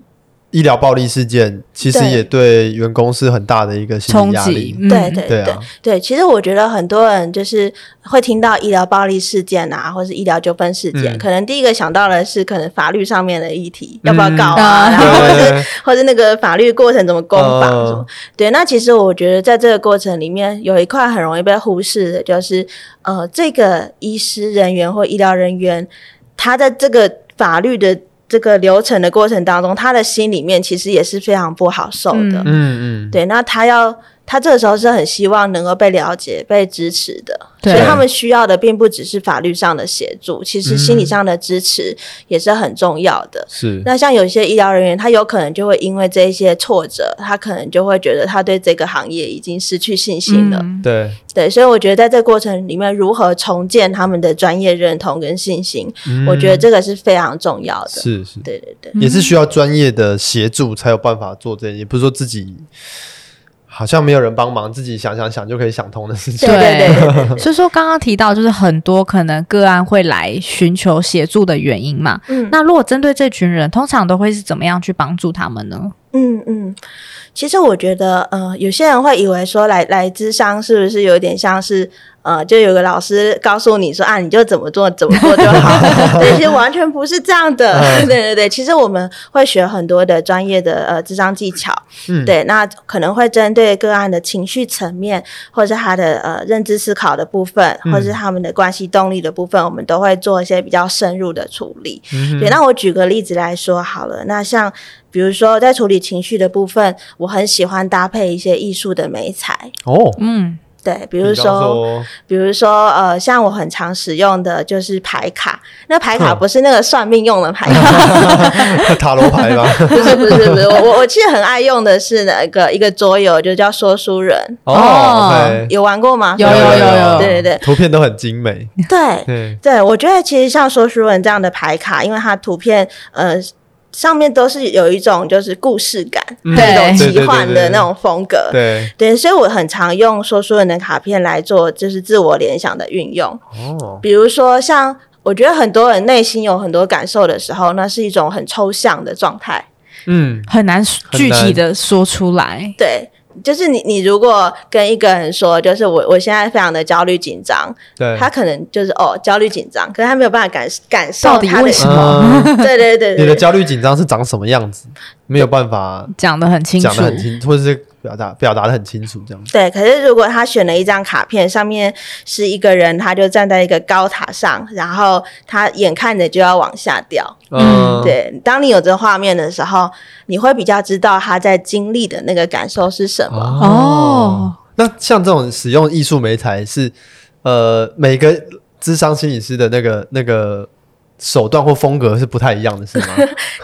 S1: 医疗暴力事件，其实
S3: 对
S1: 也对员工是很大的一个心
S2: 冲
S1: 理压
S2: 击
S1: 力，。
S2: 嗯、
S3: 对对
S1: 对
S3: 对
S1: 啊，
S3: 对，其实我觉得很多人就是会听到医疗暴力事件啊，或是医疗纠纷事件，
S1: 嗯
S3: 可能第一个想到的是可能法律上面的议题，要不要告啊，
S2: 嗯
S3: 然后或 者是
S1: 呃
S3: 或者那个法律过程怎么攻防什么。
S1: 嗯
S3: 对，那其实我觉得在这个过程里面，有一块很容易被忽视的，就是呃，这个医师人员或医疗人员，他在这个法律的这个流程的过程当中，他的心里面其实也是非常不好受的。
S1: 嗯
S2: 嗯
S1: 嗯，
S3: 对，那他要。他这个时候是很希望能够被了解、被支持的，
S2: 对嗯
S3: 所以他们需要的并不只是法律上的协助，其实
S2: 嗯
S3: 心理上的支持也是很重要的。
S1: 是
S3: 那像有些医疗人员，他有可能就会因为这一些挫折，他可能就会觉得他对这个行业已经失去信心了。
S2: 嗯
S1: 对，
S3: 对，所以我觉得在这过程里面，如何重建他们的专业认同跟信心，
S1: 嗯
S3: 我觉得这个是非常重要的。
S1: 是是，
S3: 对对对，
S1: 也是需要专业的协助才有办法做这，也不是说自己好像没有人帮忙，自己想想想就可以想通的事情。
S3: 对对对对对对
S2: 所以说刚刚提到，就是很多可能个案会来寻求协助的原因嘛。
S3: 嗯
S2: 那如果针对这群人，通常都会是怎么样去帮助他们呢？
S3: 嗯嗯，其实我觉得，呃，有些人会以为说来来智商是不是有点像是，呃，就有个老师告诉你说啊，你就怎么做怎么做就好，但其实完全不是这样的。 对对对，其实我们会学很多的专业的呃智商技巧，
S1: 嗯
S3: 对，那可能会针对个案的情绪层面，或是他的呃认知思考的部分，或是他们的关系动力的部分，我们都会做一些比较深入的处理。
S1: 嗯
S3: 对，那我举个例子来说好了，那像比如说在处理情绪的部分，我很喜欢搭配一些艺术的美材，
S1: 哦，
S2: 嗯，
S3: 对，
S1: 比
S3: 比如
S1: 方
S3: 说，
S1: 说
S3: 比如说呃，像我很常使用的就是牌卡，那牌卡
S1: 嗯
S3: 不是那个算命用的牌 卡，
S1: 塔罗牌吧，
S3: 不是不是不是，我我我其实很爱用的是那个一个桌游，就叫说书人。
S1: 哦，OK，
S3: 有玩过吗？
S2: 有有有有
S3: 对对对
S1: 图片都很精美，
S3: 对，
S1: 对，
S3: 对，我觉得其实像说书人这样的牌卡，因为它图片呃上面都是有一种就是故事感，
S1: 嗯
S3: 那种
S1: 对
S3: 奇幻的那种风格。
S1: 对，
S3: 对，所以我很常用说书人的卡片来做就是自我联想的运用，
S1: 哦，
S3: 比如说像。我觉得很多人内心有很多感受的时候，那是一种很抽象的状态。
S1: 嗯，
S2: 很难
S1: 难
S2: 具体的说出来。
S3: 对，就是你，你如果跟一个人说，就是我我现在非常的焦虑紧张，
S1: 对，啊
S3: 他可能就是哦焦虑紧张，可是他没有办法感感受
S2: 到底
S3: 他的
S2: 为什么
S1: 嗯，
S3: 对对对对，
S1: 你的焦虑紧张是长什么样子，没有办法
S2: 讲的很清楚
S1: 讲？的很清，或者是表达表达的很清楚，这样子，
S3: 对，可是如果他选了一张卡片，上面是一个人，他就站在一个高塔上，然后他眼看着就要往下掉。
S2: 嗯，
S3: 对，当你有这画面的时候，你会比较知道他在经历的那个感受是什么。
S2: 哦，
S1: 那像这种使用艺术媒材是，呃，每个智商心理师的那个那个手段或风格是不太一样的，是吗？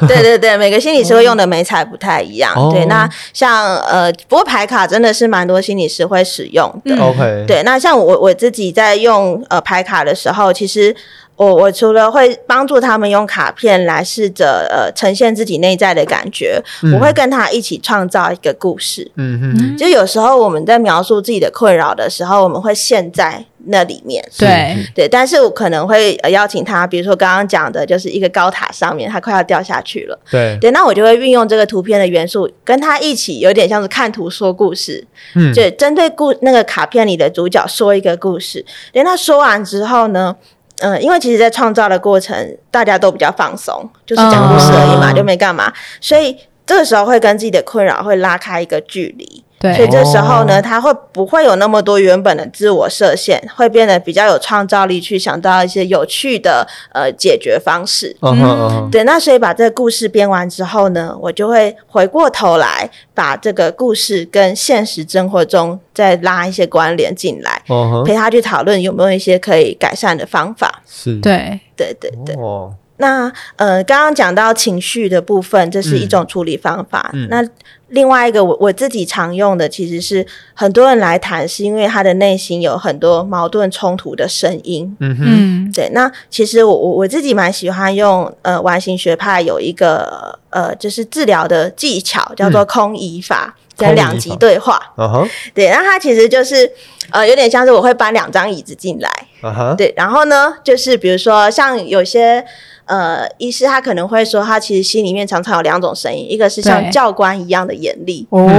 S3: 对对对，每个心理师会用的美彩不太一样。
S1: 哦
S3: 对，那像呃，不过牌卡真的是蛮多心理师会使用的。
S2: 嗯
S1: OK，，
S3: 对，那像我我自己在用呃牌卡的时候，其实我我除了会帮助他们用卡片来试着呃呈现自己内在的感觉，我会跟他一起创造一个故事。
S1: 嗯哼，
S3: 就有时候我们在描述自己的困扰的时候，我们会陷在那里面。
S2: 对，
S3: 对，但是我可能会呃邀请他，比如说刚刚讲的，就是一个高塔上面，他快要掉下去了。
S1: 对，
S3: 嗯对，那我就会运用这个图片的元素，跟他一起，有点像是看图说故事。
S1: 嗯，
S3: 就针对故那个卡片里的主角说一个故事，等他说完之后呢，嗯、因为其实，在创造的过程，大家都比较放松，就是讲故事而已嘛，
S1: 哦
S3: 就没干嘛，所以这个时候会跟自己的困扰会拉开一个距离。所以
S2: 对，
S3: 这时候
S1: 哦
S3: 呢，他会不会有那么多原本的自我设限，会变得比较有创造力，去想到一些有趣的呃解决方式。
S1: 嗯哼嗯哼，
S3: 对，那所以把这个故事编完之后呢，我就会回过头来把这个故事跟现实生活中再拉一些关联进来，
S1: 嗯哼，
S3: 陪他去讨论有没有一些可以改善的方法。
S1: 是，，
S2: 对，
S3: 对对对。
S1: 哦，
S3: 那呃，刚刚讲到情绪的部分，这是一种处理方法。
S1: 嗯
S3: 那另外一个我我自己常用的，其实是很多人来谈，是因为他的内心有很多矛盾冲突的声音。
S1: 嗯哼，
S2: 嗯，
S3: 对，那其实我我我自己蛮喜欢用呃完形学派有一个呃就是治疗的技巧叫做空移法。
S1: 嗯空
S3: 跟
S1: 椅
S3: 两极
S1: 法
S3: 对话，
S1: 啊哈，
S3: 对，那它其实就是，呃，有点像是我会搬两张椅子进来，
S1: 啊哈，
S3: 对，然后呢，就是比如说像有些呃医师，他可能会说，他其实心里面常常有两种声音，一个是像
S2: 对
S3: 教官一样的严厉，
S2: 哦，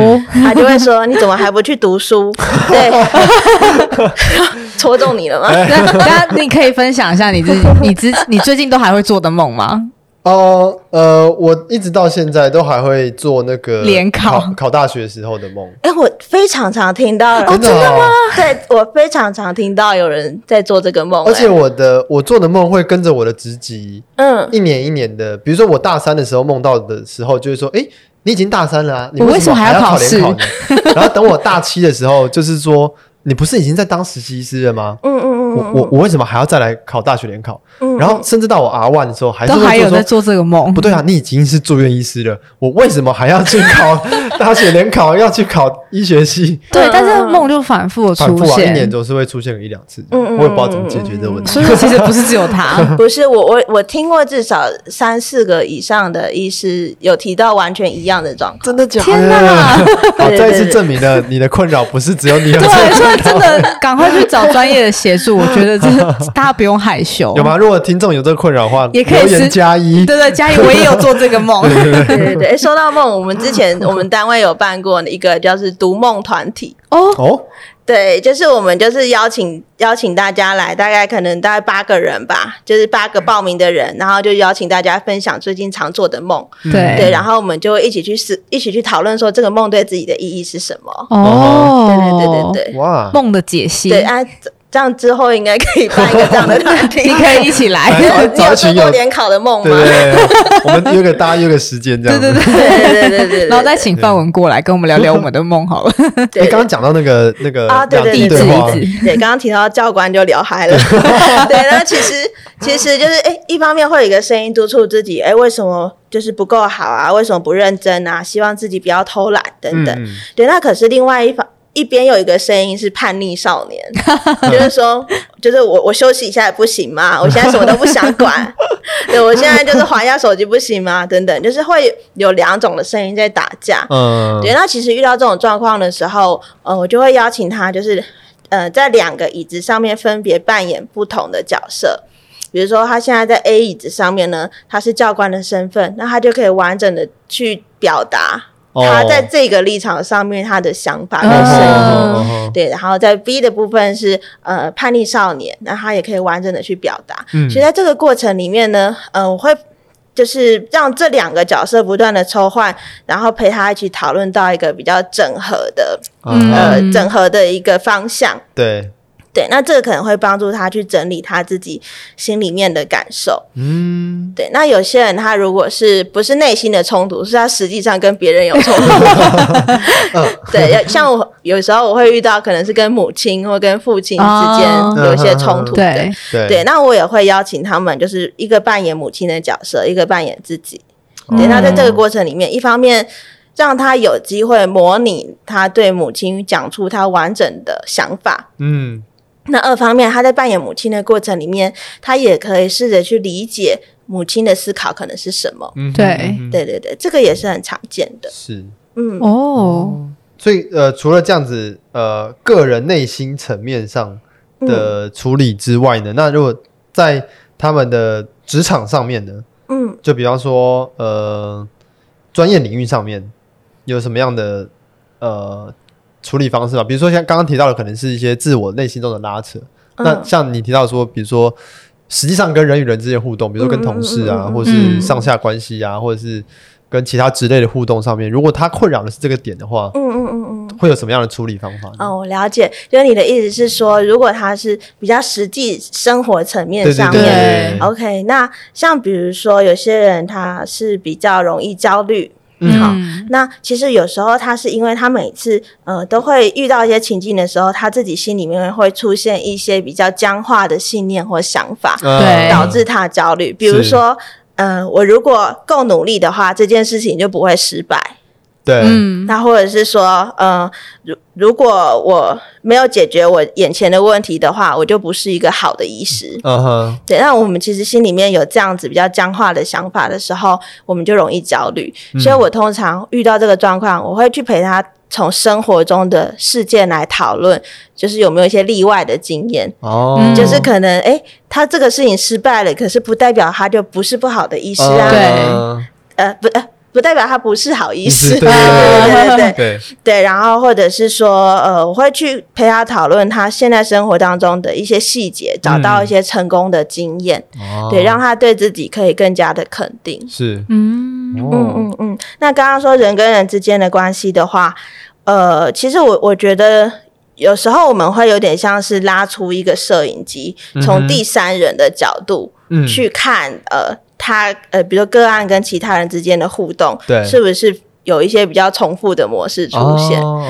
S3: 他就会说，你怎么还不去读书？对， 戳中你了吗？
S2: 那那你可以分享一下你自 己，你自你最近都还会做的梦吗？
S1: 哦，呃，我一直到现在都还会做那个
S2: 联考
S1: 考大学时候的梦，
S3: 哎、我非常常听到人，
S1: 真的哦
S3: 对我非常常听到有人在做这个梦、
S1: 而且
S3: 哎
S1: 我的我做的梦会跟着我的职级
S3: 嗯，
S1: 一年一年的，比如说我大三的时候梦到的时候，就是说，诶，你已经大三了、啊，你
S2: 我为
S1: 为
S2: 什么还
S1: 还
S2: 要考
S1: 考联
S2: 试
S1: 呢？ 然后等我大七的时候，就是说你不是已经在当实习医师了吗？
S3: 嗯嗯嗯
S1: 我
S3: 嗯，
S1: 我我为什么还要再来考大学联考？
S3: 嗯
S1: 然后甚至到我 R one 的时候，还是
S2: 都
S1: 会
S2: 还有
S1: 做
S2: 在
S1: 说
S2: 做这个梦
S1: 不。对啊，你已经是住院医师了，我为什么还要去考大学联考？要去考医学系？
S2: 对
S3: 嗯，
S2: 但是梦就反复的
S1: 反
S2: 出
S1: 复啊，一年
S2: 现，嗯
S1: 总是会出现个一两次，
S3: 嗯嗯。
S1: 我也不知道怎么解决这个问题
S2: 所。以其实不是只有 他
S3: 不是我我我听过至少三四个以上的医师有提到完全一样的状 况。
S1: 真的假的？
S2: 嗯天
S1: 哎
S2: 哪
S1: 好，
S3: 对
S1: 再一次
S3: 对
S1: 证明了你的困扰不是只有你有这个
S2: 对，所以真的赶快去找专业的协助，我觉得这大家不用害羞。
S1: 有？吗？如果听众有这个困扰的话，
S2: 也可以
S1: 留言
S2: 私
S1: 加一。
S2: 对对，嘉怡我也有做这个 梦。
S3: 对对对，诶说到梦，我们之前 我们单位有办过一个叫是读梦团体，
S2: 哦，
S1: 哦，
S3: 对，就是我们就是邀请邀请大家来，大概可能大概八个人吧，就是八个报名的人，然后就邀请大家分享最近常做的梦，
S1: 嗯
S2: 对
S3: 对，然后我们就一起去思，一起去讨论说这个梦对自己的意义是什么。
S2: 哦，
S3: 对对对对对，
S1: 哇，
S2: 梦的解析，
S3: 对啊，这这样之后应该可以办一个这样的团体。
S2: 你可以一起来。
S1: 哎
S3: 你
S1: 找
S3: 有
S1: 一群有
S3: 做过联考的梦
S1: 对
S3: 吗？
S1: 对对，我们约个大家约个时间这样
S2: 对
S1: 子。
S2: 对对，
S3: 对对对对对，
S2: 然后再请范文过来跟我们聊聊我们的梦好了。
S3: 对
S1: 哎，刚刚讲到那个那个
S3: 啊，对
S1: 两
S3: 对
S1: 地
S3: 对
S1: 对话，
S2: 例子
S3: 对，刚刚提到教官就聊嗨了。对，那其实其实就是，哎，一方面会有一个声音督促自己，哎，为什么就是不够好啊？为什么不认真啊？希望自己不要偷懒等等。
S1: 嗯，
S3: 对，那可是另外一方。一边有一个声音是叛逆少年，就是说，就是我我休息一下也不行吗？我现在什么都不想管，对我现在就是划一下手机不行吗？等等，就是会有两种的声音在打架。
S1: 嗯
S3: 对，那其实遇到这种状况的时候，呃，我就会邀请他，就是呃，在两个椅子上面分别扮演不同的角色。比如说，他现在在 A 椅子上面呢，他是教官的身份，那他就可以完整的去表达
S1: 哦
S3: 他在这个立场上面他的想法跟
S1: 哦
S3: 声音。
S1: 哦哦哦
S3: 对，然后在 B 的部分是呃叛逆少年，那他也可以完整的去表达。
S1: 嗯
S3: 所以在这个过程里面呢，呃，我会就是让这两个角色不断的抽换，然后陪他一起讨论到一个比较整合的
S1: 嗯
S3: 呃、
S2: 嗯
S3: 整合的一个方向。
S1: 对，
S3: 对，那这个可能会帮助他去整理他自己心里面的感受。
S1: 嗯，
S3: 对，那有些人他如果是不是内心的冲突，是他实际上跟别人有冲突。 对，像我有时候我会遇到，可能是跟母亲或跟父亲之
S2: 哦
S3: 间有一些冲突。
S2: 对，
S1: 对
S3: 对，那我也会邀请他们，就是一个扮演母亲的角色，一个扮演自己。
S1: 哦
S3: 对，那在这个过程里面，一方面让他有机会模拟他对母亲讲出他完整的想法，
S1: 嗯
S3: 那二方面，他在扮演母亲的过程里面，他也可以试着去理解母亲的思考可能是什么。
S1: 嗯，
S2: 对
S1: 嗯，嗯
S3: 对对对，这个也是很常见的。
S1: 是
S3: 嗯，
S2: 哦，
S1: 所以呃，除了这样子呃个人内心层面上
S3: 嗯
S1: 的处理之外呢，那如果在他们的职场上面呢，
S3: 嗯，
S1: 就比方说呃专业领域上面有什么样的呃处理方式吧？比如说像刚刚提到的，可能是一些自我内心中的拉扯。那
S3: 嗯
S1: 像你提到说，比如说实际上跟人与人之间互动，比如说跟同事啊，
S3: 嗯嗯嗯嗯嗯
S1: 或是上下关系啊，或者是跟其他之类的互动上面，如果他困扰的是这个点的话，
S3: 嗯嗯嗯嗯。
S1: 会有什么样的处理方法呢？
S3: 哦，我了解，就是你的意思是说，如果他是比较实际生活层面
S1: 对
S3: 上
S1: 对
S3: 面
S1: 对
S2: 面
S3: OK，那像比如说有些人他是比较容易焦虑，
S1: 嗯
S3: 好，那其实有时候他是因为他每次呃都会遇到一些情境的时候，他自己心里面会出现一些比较僵化的信念或想法，
S1: 呃
S2: 对
S3: 导致他焦虑。比如说，呃，我如果够努力的话，这件事情就不会失败。
S1: 对，
S2: 嗯，
S3: 那或者是说，呃，如如果我没有解决我眼前的问题的话，我就不是一个好的医师。
S1: 嗯哼，
S3: 对，那我们其实心里面有这样子比较僵化的想法的时候，我们就容易焦虑。所以我通常遇到这个状况，我会去陪他从生活中的事件来讨论，就是有没有一些例外的经验。
S1: 哦，
S3: 就是可能，哎、他这个事情失败了，可是不代表他就不是不好的医师啊，
S1: 呃
S3: 呃，不，呃，不代表他不是好医
S1: 医
S3: 师，啊
S1: 师对对
S2: 对
S3: 对对
S2: 对
S3: 对
S1: 对，
S3: 对，然后或者是说，呃，我会去陪他讨论他现在生活当中的一些细节，找到一些成功的经验，
S1: 哦
S3: 对，让他对自己可以更加的肯定。
S1: 是，
S2: 嗯，
S3: 嗯
S1: 哦，
S3: 嗯嗯。那刚刚说人跟人之间的关系的话，呃，其实我我觉得。有时候我们会有点像是拉出一个摄影机，
S1: 嗯
S3: 从
S1: 哼
S3: 第三人的角度
S1: 嗯
S3: 去看，呃，他呃，比如说个案跟其他人之间的互动，
S1: 对
S3: 是不是有一些比较重复的模式出现。
S2: 哦，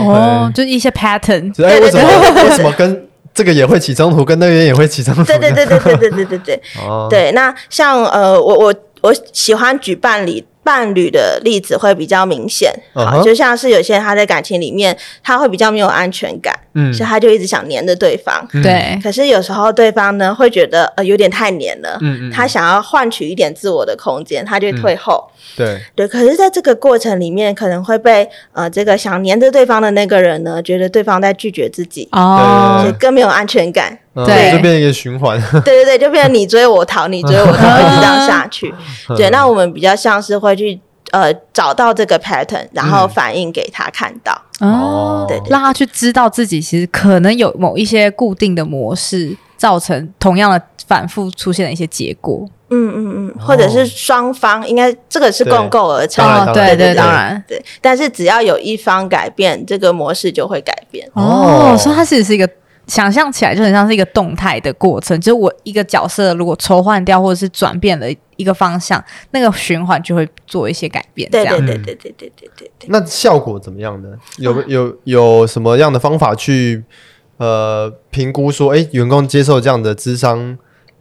S1: 哦，
S2: 就是一些 pattern，
S1: 对，哎，
S3: 对
S1: 为什
S3: 对
S1: 么为什么跟这个也会起冲突，跟那个也会起冲突？
S3: 对对对对对对对对对。
S1: 哦，
S3: 对，那像呃，我我我喜欢举伴侣伴侣的例子会比较明显，好
S1: 嗯哼
S3: 就像是有些人他在感情里面他会比较没有安全感，
S1: 嗯
S3: 所以他就一直想黏着对方。
S1: 嗯
S2: 对，
S3: 可是有时候对方呢会觉得呃有点太黏了，
S1: 嗯嗯，
S3: 他想要换取一点自我的空间，他就会退后。
S1: 对，
S3: 对，可是在这个过程里面，可能会被呃这个想黏着对方的那个人呢，觉得对方在拒绝自己，
S2: 哦
S3: 所以
S1: 对
S3: 更没有安 全感。
S1: 嗯
S2: 对
S1: 就变成一个循环。
S3: 对对对，就变成你追我逃，你追我逃， 一直这样下去。
S1: 嗯
S3: 对，那我们比较像是会去呃找到这个 pattern，然后
S1: 嗯
S3: 反映给他看到。
S2: 哦，
S1: 对
S2: 让他去知道自己其实可能有某一些固定的模式，造成同样的反复出现的一些结果。
S3: 嗯嗯嗯，或者
S1: 哦
S3: 是双方应该这个是
S1: 对
S3: 共构而成
S1: 当，然
S2: 哦
S1: 当
S2: 对
S1: 然
S2: 对，
S3: 对
S2: 当然。
S3: 对。但是只要有一方改变，这个模式就会改变。
S1: 哦
S2: 哦，所以它其实是一个想象起来就很像是一个动态的过程，就是我一个角色如果抽换掉或者是转变了一个方向，那个循环就会做一些改变，这
S3: 对
S2: 样
S3: 对
S1: 嗯
S3: 对对对对对对对。
S1: 那效果怎么样呢？有有有什么样的方法去呃评估说，哎、员工接受这样的智商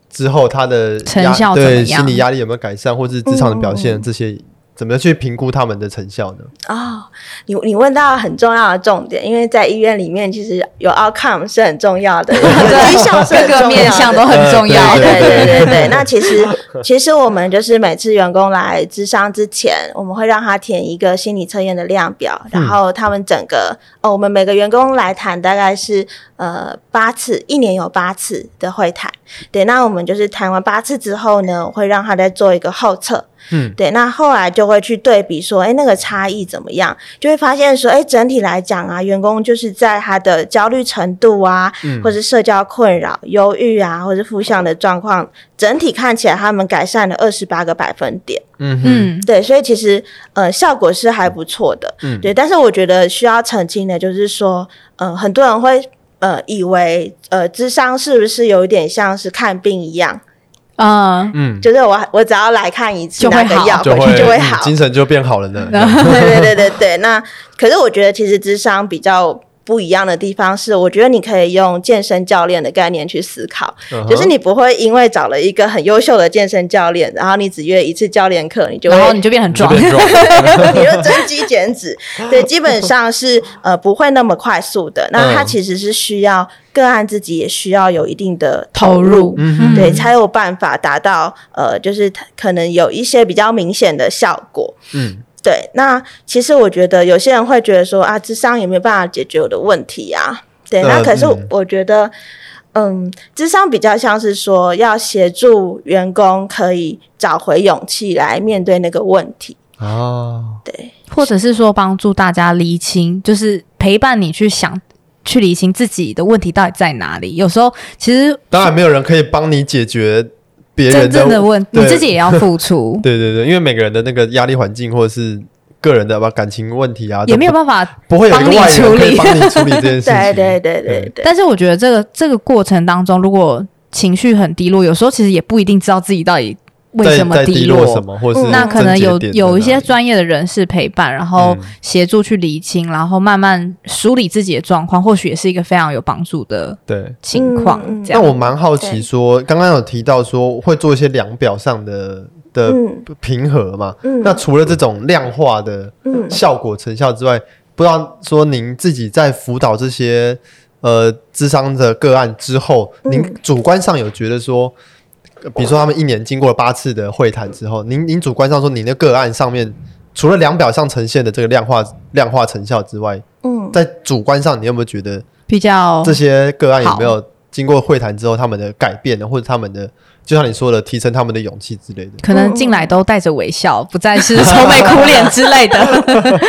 S1: 之后，他的
S2: 成
S1: 压
S2: 效怎么
S1: 对
S2: 样
S1: 心理压力有没有改善，或是职场的表现、
S3: 嗯
S1: 这些，怎么去评估他们的成效呢？
S3: 哦，你你问到很重要的重点，因为在医院里面，其实有 outcome 是很重 要的，有绩效是很
S2: 各个
S3: 重要的，
S2: 面向都很重要。
S1: 呃
S3: 对
S1: 对
S3: 对对对，那其实其实我们就是每次员工来咨商之前，我们会让他填一个心理测验的量表，然后他们整个哦，我们每个员工来谈大概是呃八次，一年有八次的会谈。对，那我们就是谈完八次之后呢，我会让他再做一个后测，
S1: 嗯，
S3: 对，那后来就会去对比说，哎，那个差异怎么样？就会发现说，哎，整体来讲啊，员工就是在他的焦虑程度啊，
S1: 嗯
S3: 或是社交困扰、忧郁啊，或是负向的状况，整体看起来他们改善了二十八个百分点。
S1: 嗯哼
S2: 嗯，
S3: 对，所以其实呃，效果是还不错的。
S1: 嗯
S3: 对，但是我觉得需要澄清的就是说，呃，很多人会呃以为呃，智商是不是有一点像是看病一样？
S2: 嗯，
S1: 嗯，
S3: 就是我我只要来看一次，
S2: 就会
S3: 拿个
S2: 好
S3: 药
S1: 就
S3: 回
S1: 会
S3: 去就会
S1: 嗯
S3: 好。嗯
S1: 精神就变好了呢。
S3: 对对对对对。那可是我觉得，其实智商比较不一样的地方是，我觉得你可以用健身教练的概念去思考，
S1: 嗯
S3: 就是你不会因为找了一个很优秀的健身教练，然后你只约一次教练课，你就
S2: 然后
S3: 会
S2: 你就 变得很
S1: 就
S2: 壮，
S1: 变壮，
S3: 你就增肌减脂。对，基本上是呃不会那么快速的。那它
S1: 嗯
S3: 其实是需要个案自己也需要有一定的
S2: 投入。
S1: 嗯哼，
S3: 对，才有办法达到呃，就是它可能有一些比较明显的效果。
S1: 嗯，
S3: 对，那其实我觉得有些人会觉得说啊，智商也没有办法解决我的问题啊。对，
S1: 呃
S3: 那可是
S1: 嗯
S3: 我觉得，嗯，智商比较像是说要协助员工可以找回勇气来面对那个问题。
S1: 哦，
S3: 对，
S2: 或者是说帮助大家厘清，就是陪伴你去想、去厘清自己的问题到底在哪里。有时候其实
S1: 当然没有人可以帮你解决别人
S2: 真正的问，你
S1: 对，
S2: 自己也要付出
S1: 对对对，因为每个人的那个压力环境或者是个人的吧感情问 题啊，
S2: 也
S1: 都
S2: 没有办法
S1: 不会有一个外人可以帮你处理这件事 情。
S3: 对，对，对，对，对，
S2: 但是我觉得这个这个过程当中，如果情绪很低落，有时候其实也不一定知道自己到底为
S1: 在
S2: 什么
S1: 在低
S2: 落。
S1: 什么，或者是
S3: 嗯
S2: 那可能有
S1: 症结点在哪里
S2: 有一些专业的人士陪伴，然后
S1: 嗯
S2: 协助去厘清，然后慢慢梳理自己的状况，或许也是一个非常有帮助的
S1: 对。
S2: 情况。
S3: 嗯嗯
S2: 这
S1: 那
S2: 样，
S1: 我蛮好奇说，刚刚有提到说会做一些量表上的的
S3: 嗯
S1: 平和嘛？
S3: 嗯
S1: 呃那除了这种量化的
S3: 嗯
S1: 效果成效之外，不知道说您自己在辅导这些呃智商的个案之后，您主观上有觉得说，呃比如说他们一年经过了八次的会谈之后，您您主观上说您的个案上面。除了量表上呈现的这个量化量化成效之外，
S3: 嗯，
S1: 在主观上，你有没有觉得
S2: 比较
S1: 这些个案有没有经过会谈之后他们的改变呢，或者他们的就像你说的提升他们的勇气之类的？
S2: 可能进来都带着微笑，不 再是愁眉苦脸之类的。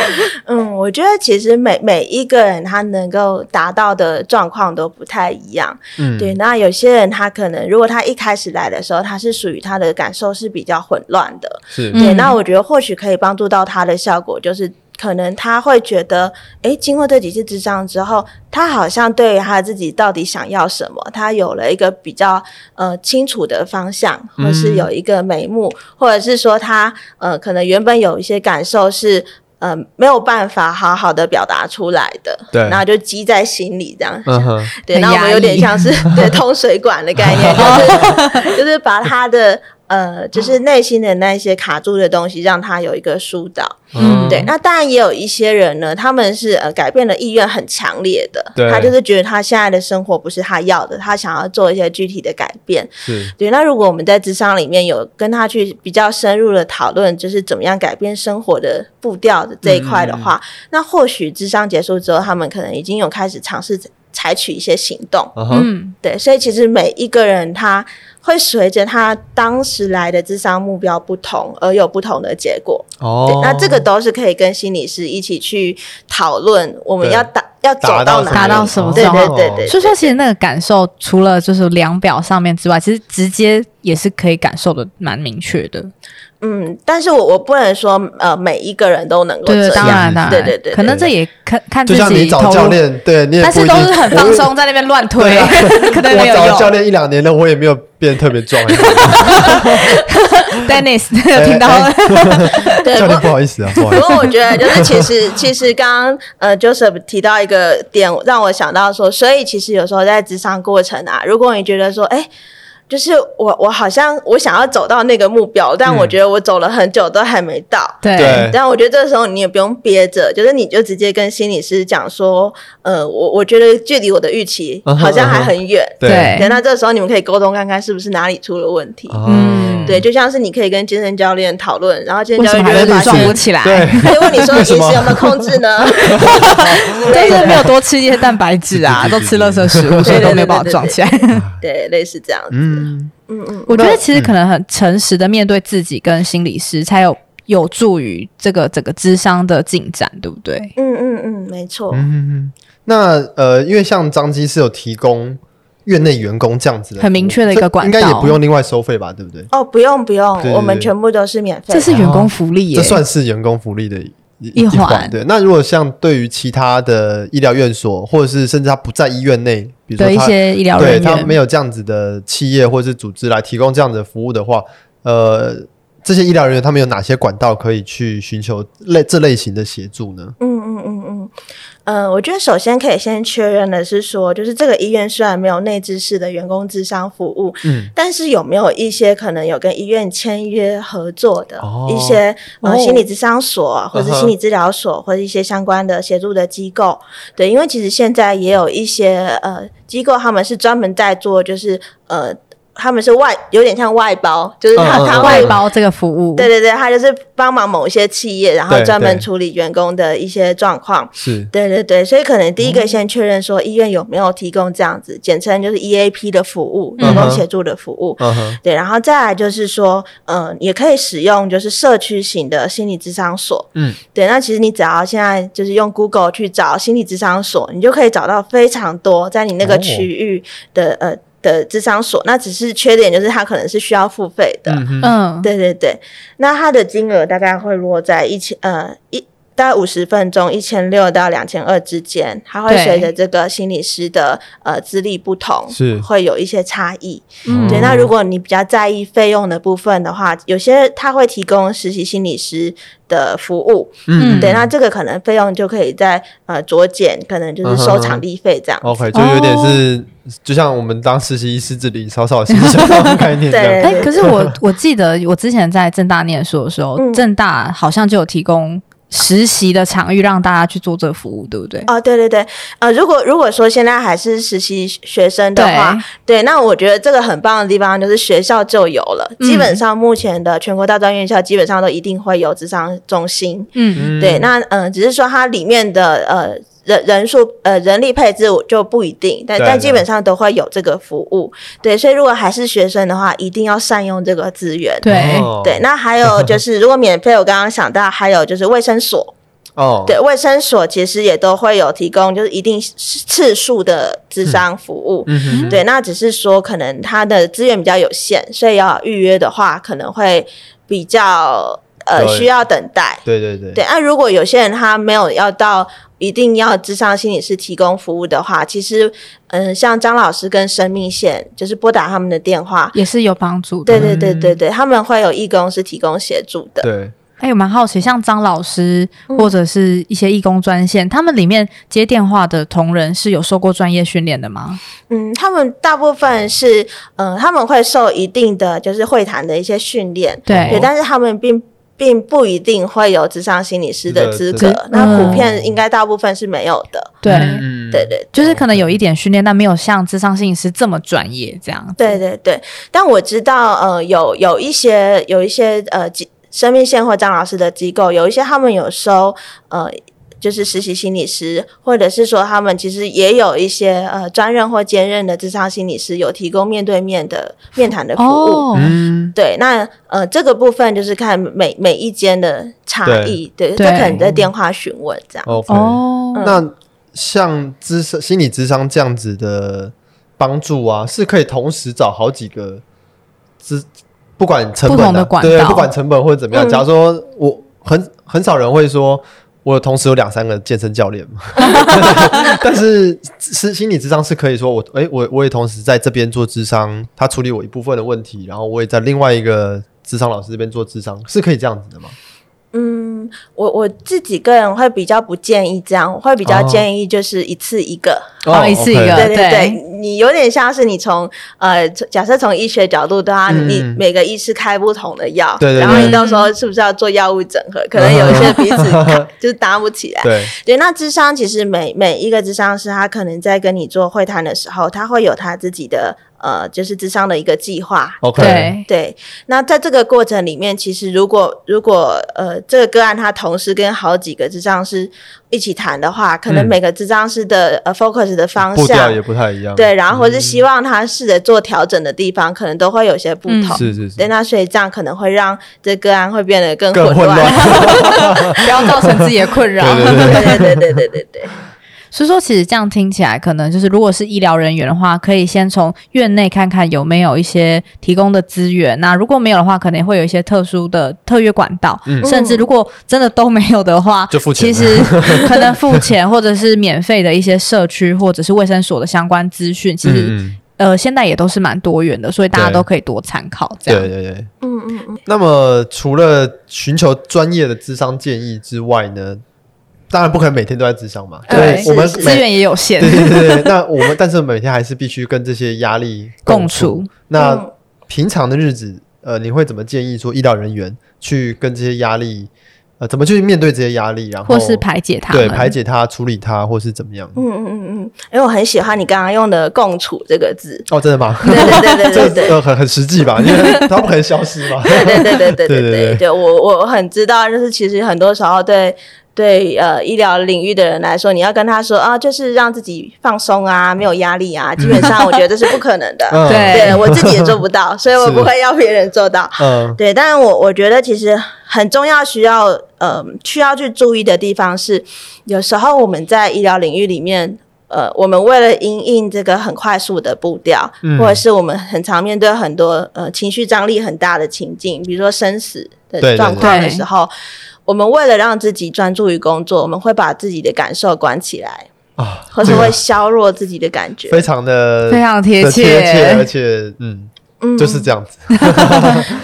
S3: 嗯，我觉得其实每每一个人他能够达到的状况都不太一样。
S1: 嗯，
S3: 对，那有些人他可能，如果他一开始来的时候，他是属于他的感受是比较混乱的，
S1: 是
S2: 嗯
S3: 对，那我觉得或许可以帮助到他的效果，就是可能他会觉得，诶，经过这几次智商之后，他好像对于他自己到底想要什么，他有了一个比较呃清楚的方向，
S1: 嗯
S3: 或是有一个眉目，或者是说他呃可能原本有一些感受是。呃没有办法好好的表达出来的，
S1: 对
S3: 然后就积在心里这样。
S1: 嗯哼，
S3: 对，
S2: 很
S3: 那我们有
S2: 压
S3: 点
S2: 抑
S3: 像是对通水管的概念，就是就是把他的呃，就是内心的那些卡住的东西，让他有一个疏导。
S2: 嗯
S3: 对，那当然也有一些人呢，他们是呃改变的意愿很强烈的
S1: 对，
S3: 他就是觉得他现在的生活不是他要的，他想要做一些具体的改变。
S1: 是
S3: 对，那如果我们在智商里面有跟他去比较深入的讨论，就是怎么样改变生活的步调的这一块
S2: 嗯
S3: 的话，那或许智商结束之后，他们可能已经有开始尝试采取一些行动。
S1: 嗯哼，
S2: 嗯，
S3: 对，所以其实每一个人他会随着他当时来的智商目标不同而有不同的结果。
S1: 哦
S3: 对，，那这个都是可以跟心理师一起去讨论，我们要
S1: 对
S3: 达要走
S1: 达
S3: 到
S1: 什么
S3: 哪
S2: 达
S3: 里
S2: 到什么
S3: 对
S2: 状
S3: 对
S2: 况
S3: 对对，
S2: 所以说其实那个感受，除了就是量表上面之外，其实直接也是可以感受的蛮明确的。
S3: 嗯，但是我我不能说呃每一个人都能够
S2: 对嗯
S3: 这
S2: 对，
S3: 样，
S2: 当然当然，
S3: 对对对对
S2: 可能这也看看
S1: 就
S2: 自
S1: 像你
S2: 己
S1: 找
S2: 投
S1: 教
S2: 入，
S1: 练，对你也
S2: 但
S1: 不
S2: 是
S1: 一
S2: 都
S1: 定
S2: 是很放。 松在那边乱推
S1: 对啊，
S2: 可
S1: 我
S2: 能
S1: 我
S2: 没有
S1: 找了教
S2: 用。
S1: 练一两年了，我也没有变得特别 壮。哎
S2: Dennis 有听到 吗
S1: 哎
S3: 对。
S1: 教练
S3: 不过
S1: 不好意思啊，不好意
S3: 不
S1: 思。
S3: 过我觉得就是其实其实刚刚呃 Joseph 提到一个点，让我想到说，所以其实有时候在职场过程啊，如果你觉得说，哎、就是我我好像我想要走到那个目标，但我觉得我走了很久都还没到。
S1: 对
S3: 但我觉得这时候你也不用憋着，就是你就直接跟心理师讲说，呃，我我觉得距离我的预期
S1: 嗯哼
S3: 好像还
S1: 嗯哼
S3: 很远。
S2: 对
S3: 对，那这时候你们可以沟通看看是不是哪里出了问题。
S1: 嗯
S2: 嗯，
S3: 对，就像是你可以跟健身教练讨论，然后健身
S2: 为
S3: 教
S2: 什么
S3: 练
S2: 还是
S3: 就会发
S2: 壮不
S3: 现，
S2: 起来？
S1: 对，
S3: 他就问你说
S1: 为
S3: 饮
S1: 什
S3: 食
S1: 么
S3: 有没有控制呢？
S2: 就是没有多吃一些蛋白质 啊，都吃垃圾食物，所以都没有办法壮起来。
S3: 对，类似这样子。嗯
S1: 嗯，
S3: 嗯
S2: 我觉得其实可能很诚实的面对自己跟心理师，才有有助于这个整个智商的进展，对不对？
S3: 嗯嗯嗯，没错。
S1: 嗯，那呃，因为像张基是有提供院内员工这样子的服务，
S2: 很明确的一个
S1: 这
S2: 管
S1: 应该也
S2: 道
S1: 不用另外收费吧，对不对？
S3: 哦，不用不用
S1: 对，对
S3: 我们
S1: 对
S3: 全部都是免费
S2: 这
S3: 的。
S2: 是员工福利耶，
S1: 哦这算是员工福利的一
S2: 一
S1: 一
S2: 环
S1: 对，那如果像对于其他的医疗院所，或者是甚至他不在医院内，比如说
S2: 对一
S1: 他
S2: 些医疗
S1: 对
S2: 人
S1: 他没
S2: 员。
S1: 有这样子的企业或是组织来提供这样子的服务的话，呃，这些医疗人员他们有哪些管道可以去寻求类这类型的协助呢？
S3: 嗯嗯嗯嗯，呃，我觉得首先可以先确认的是说，就是这个医院虽然没有内置式的员工智商服务，
S1: 嗯，
S3: 但是有没有一些可能有跟医院签约合作的、
S1: 哦
S3: 一些呃、
S2: 哦
S3: 心理咨商所啊，或者
S1: 嗯哼
S3: 心理治疗所，或者一些相关的协助的机构？对，因为其实现在也有一些呃机构，他们是专门在做，就是呃他们是外有点像外包，就是他、
S1: 嗯嗯嗯
S3: 他
S2: 外
S3: 会
S2: 包这个服务，
S3: 对对对，他就是帮忙某一些企业，然后
S1: 对
S3: 专门
S1: 对
S3: 处理员工的一些状况。
S1: 是
S3: 对对对，所以可能第一个先确认说医院有没有提供这样子，简称就是 EAP 的服务，
S2: 嗯
S3: 员
S1: 哼
S3: 工协助的服务。
S1: 嗯哼，
S3: 对，然后再来就是说，呃，也可以使用就是社区型的心理咨商所。
S1: 嗯，
S3: 对，那其实你只要现在就是用 Google 去找心理咨商所，你就可以找到非常多在你那个
S1: 哦
S3: 区域的、呃的咨商所。那只是缺点就是它可能是需要付费的。
S1: 嗯哼，
S2: 嗯，
S3: 对对对，那它的金额大概会落在一千呃一大概五十分钟一千六到两千二之间，它会
S2: 对
S3: 随着这个心理师的呃资历不同，
S1: 是
S3: 会有一些差异。
S2: 嗯
S3: 对，那如果你比较在意费用的部分的话，有些他会提供实习心理师的服务，
S2: 嗯
S3: 对，那这个可能费用就可以在呃酌减，可能就是
S1: 嗯哼
S3: 收
S1: 哼
S3: 场地费这样。
S2: 哦
S1: OK，就有点
S3: 哦
S1: 是，就像我们当实习医师这里少少的薪水那种概念这样。
S3: 对
S2: 哎、可是 我我记得我之前在正大念书的时候，
S3: 嗯
S2: 正大好像就有提供实习的场域让大家去做这个服务，对不对？
S3: 哦，对对对，呃，如果如果说现在还是实习学生的话，对，那我觉得这个很棒的地方就是学校就有了，
S2: 嗯
S3: 基本上目前的全国大专院校基本上都一定会有职商中心，
S2: 嗯，
S3: 对，那嗯、呃只是说它里面的呃人人数呃人力配置我就不一定，但
S1: 对
S3: 但
S1: 对
S3: 基本上都会有这个服务。对，所以如果还是学生的话，一定要善用这个资源。
S2: 对，
S1: 哦
S3: 对，那还有 就是，如果免费，我刚刚想到还有就是卫生所，
S1: 哦，
S3: 对，卫生所其实也都会有提供，就是一定次数的智商服务。
S1: 嗯哼，
S3: 对，那只是说可能它的资源比较有限，所以要预约的话，可能会比较呃
S1: 对
S3: 需要等待。
S1: 对对对
S3: 对，那、如果有些人他没有要到一定要智商心理师提供服务的话，其实嗯，像张老师跟生命线就是拨打他们的电话，
S2: 也是有帮助的。
S3: 嗯对对对对对，他们会有义工是提供协助的。
S1: 对
S2: 哎，我蛮好奇，像张老师
S3: 嗯
S2: 或者是一些义工专线，他们里面接电话的同仁是有受过专业训练的吗？
S3: 嗯，他们大部分是，呃，他们会受一定的就是会谈的一些训练，
S2: 对
S1: 哦
S3: 对，但是他们并并不一定会有职场心理师的
S1: 资
S3: 资
S1: 格
S3: 格
S2: 资格，
S3: 那普
S2: 嗯
S3: 遍应该大部分是没有的，
S2: 对，
S4: 嗯
S3: 对，对
S2: 就是可能有一点训练，但没有像智商心理师这么专业这样。
S3: 对对对，但我知道，呃，有有一些有一些呃，机生命线或张老师的机构，有一些他们有收呃，就是实习心理师，或者是说他们其实也有一些呃专任或兼任的智商心理师，有提供面对面的面谈的服务。
S2: 哦，
S1: 嗯，
S3: 对，那呃，这个部分就是看每每一间的差
S1: 对
S3: 异，对，
S2: 对
S3: 这可能在电话询问这样。
S1: OK，、
S2: 哦，
S1: 那像智商心理智商这样子的帮助啊，是可以同时找好几个资，不管成本、啊、
S2: 不同的管道
S1: 对，不管成本或者怎么样。
S3: 嗯
S1: 假如说我很很少人会说。我同时有两三个健身教练嘛， 但是是心理智商是可以说我诶，我我也同时在这边做智商，他处理我一部分的问题，然后我也在另外一个智商老师这边做智商，是可以这样子的吗？
S3: 嗯，我我自己个人会比较不建议这样，我会比较
S1: 哦
S3: 建议就是一次一个。
S2: 哦一次一
S1: OK
S2: 个
S3: 对对
S2: 对
S3: 对，你有点像是你从呃，假设从医学角度的话，
S1: 嗯
S3: 你每个医师开不同的药，
S1: 对对对
S3: 然后你到时候是不是要做药物整合？可能有一些彼此 搭就是搭不起来。
S1: 对，
S3: 对，那智商其实每每一个智商师，他可能在跟你做会谈的时候，他会有他自己的呃，就是智商的一个计划，
S1: OK，
S2: 对，
S3: 对，那在这个过程里面，其实如果如果呃这个个案他同时跟好几个智障师一起谈的话，可能
S1: 嗯
S3: 每个智障师的、呃 focus 的方嗯
S1: 步调
S3: 向
S1: 也不太一样。
S3: 对，然后或是希望他试着做调整的地方，可能都会有些不
S2: 嗯
S3: 同。
S1: 是是
S3: 对，
S1: 是，
S3: 那所以这样可能会让这个案会变得更
S1: 更混
S3: 乱。
S1: 乱。
S2: 不要造成自己的困扰
S1: 对对
S3: 对 对对对对对对，
S2: 所以说，其实这样听起来，可能就是如果是医疗人员的话，可以先从院内看看有没有一些提供的资源。那如果没有的话，可能会有一些特殊的特约管道，
S1: 嗯
S2: 甚至如果真的都没有的 话，
S1: 就付钱
S2: 其实可能付钱或者是免费的一些社区或者是卫生所的相关资讯，其实、
S1: 嗯嗯
S2: 呃现在也都是蛮多元的，所以大家
S1: 对
S2: 都可以多参考。这样
S1: 对对对。
S3: 嗯嗯嗯。
S1: 那么除了寻求专业的智商建议之外呢，当然不可能每天都在智商嘛，所
S2: 对
S1: 以我们
S3: 是
S2: 呃资
S1: 每
S2: 源也有限，
S1: 对对对对，那我们 但是每天还是必须跟这些压力
S2: 共
S1: 处
S2: 处。。
S1: 那
S3: 嗯
S1: 平常的日子，呃，你会怎么建议说医疗人员去跟这些压力，呃，怎么去面对这些压力，然后
S2: 或是排解它
S1: 对
S2: 们，
S1: 排解它、处理它，或是怎么样？
S3: 嗯嗯嗯嗯，因为我很喜欢你刚刚用的“共处”这个字，
S1: 哦，真的 吗？
S3: 对对对对对
S1: 这
S3: 对，
S1: 呃很很实际吧，因 为它不可能消失嘛。
S3: 对对对对对
S1: 对对
S3: 对
S1: 对
S3: 对，对我我很知道，就是其实很多时候对对呃医疗领域的人来说，你要跟他说啊，就是让自己放松啊，没有压力啊，基本上我觉得这是不可能 的。
S1: 嗯
S2: 对
S3: 对我自己也做 不到，所以我
S1: 是
S3: 不会要别人做到。
S1: 嗯，
S3: 对，但是我我觉得其实很重要，需要呃需要去注意的地方是，有时候我们在医疗领域里面，呃，我们为了因应这个很快速的步调，
S1: 嗯
S3: 或者是我们很常面对很多呃情绪张力很大的情境，比如说生死
S1: 对对
S3: 的状况
S2: 对
S3: 的时候，我们为了让自己专注于工作，我们会把自己的感受关起来，
S1: 啊，
S3: 或是
S1: 这个
S3: 会削弱自己的感觉，
S1: 非常的
S2: 非常贴
S1: 的
S2: 切，
S1: 切，而且嗯，
S3: 嗯
S1: 就是这样子，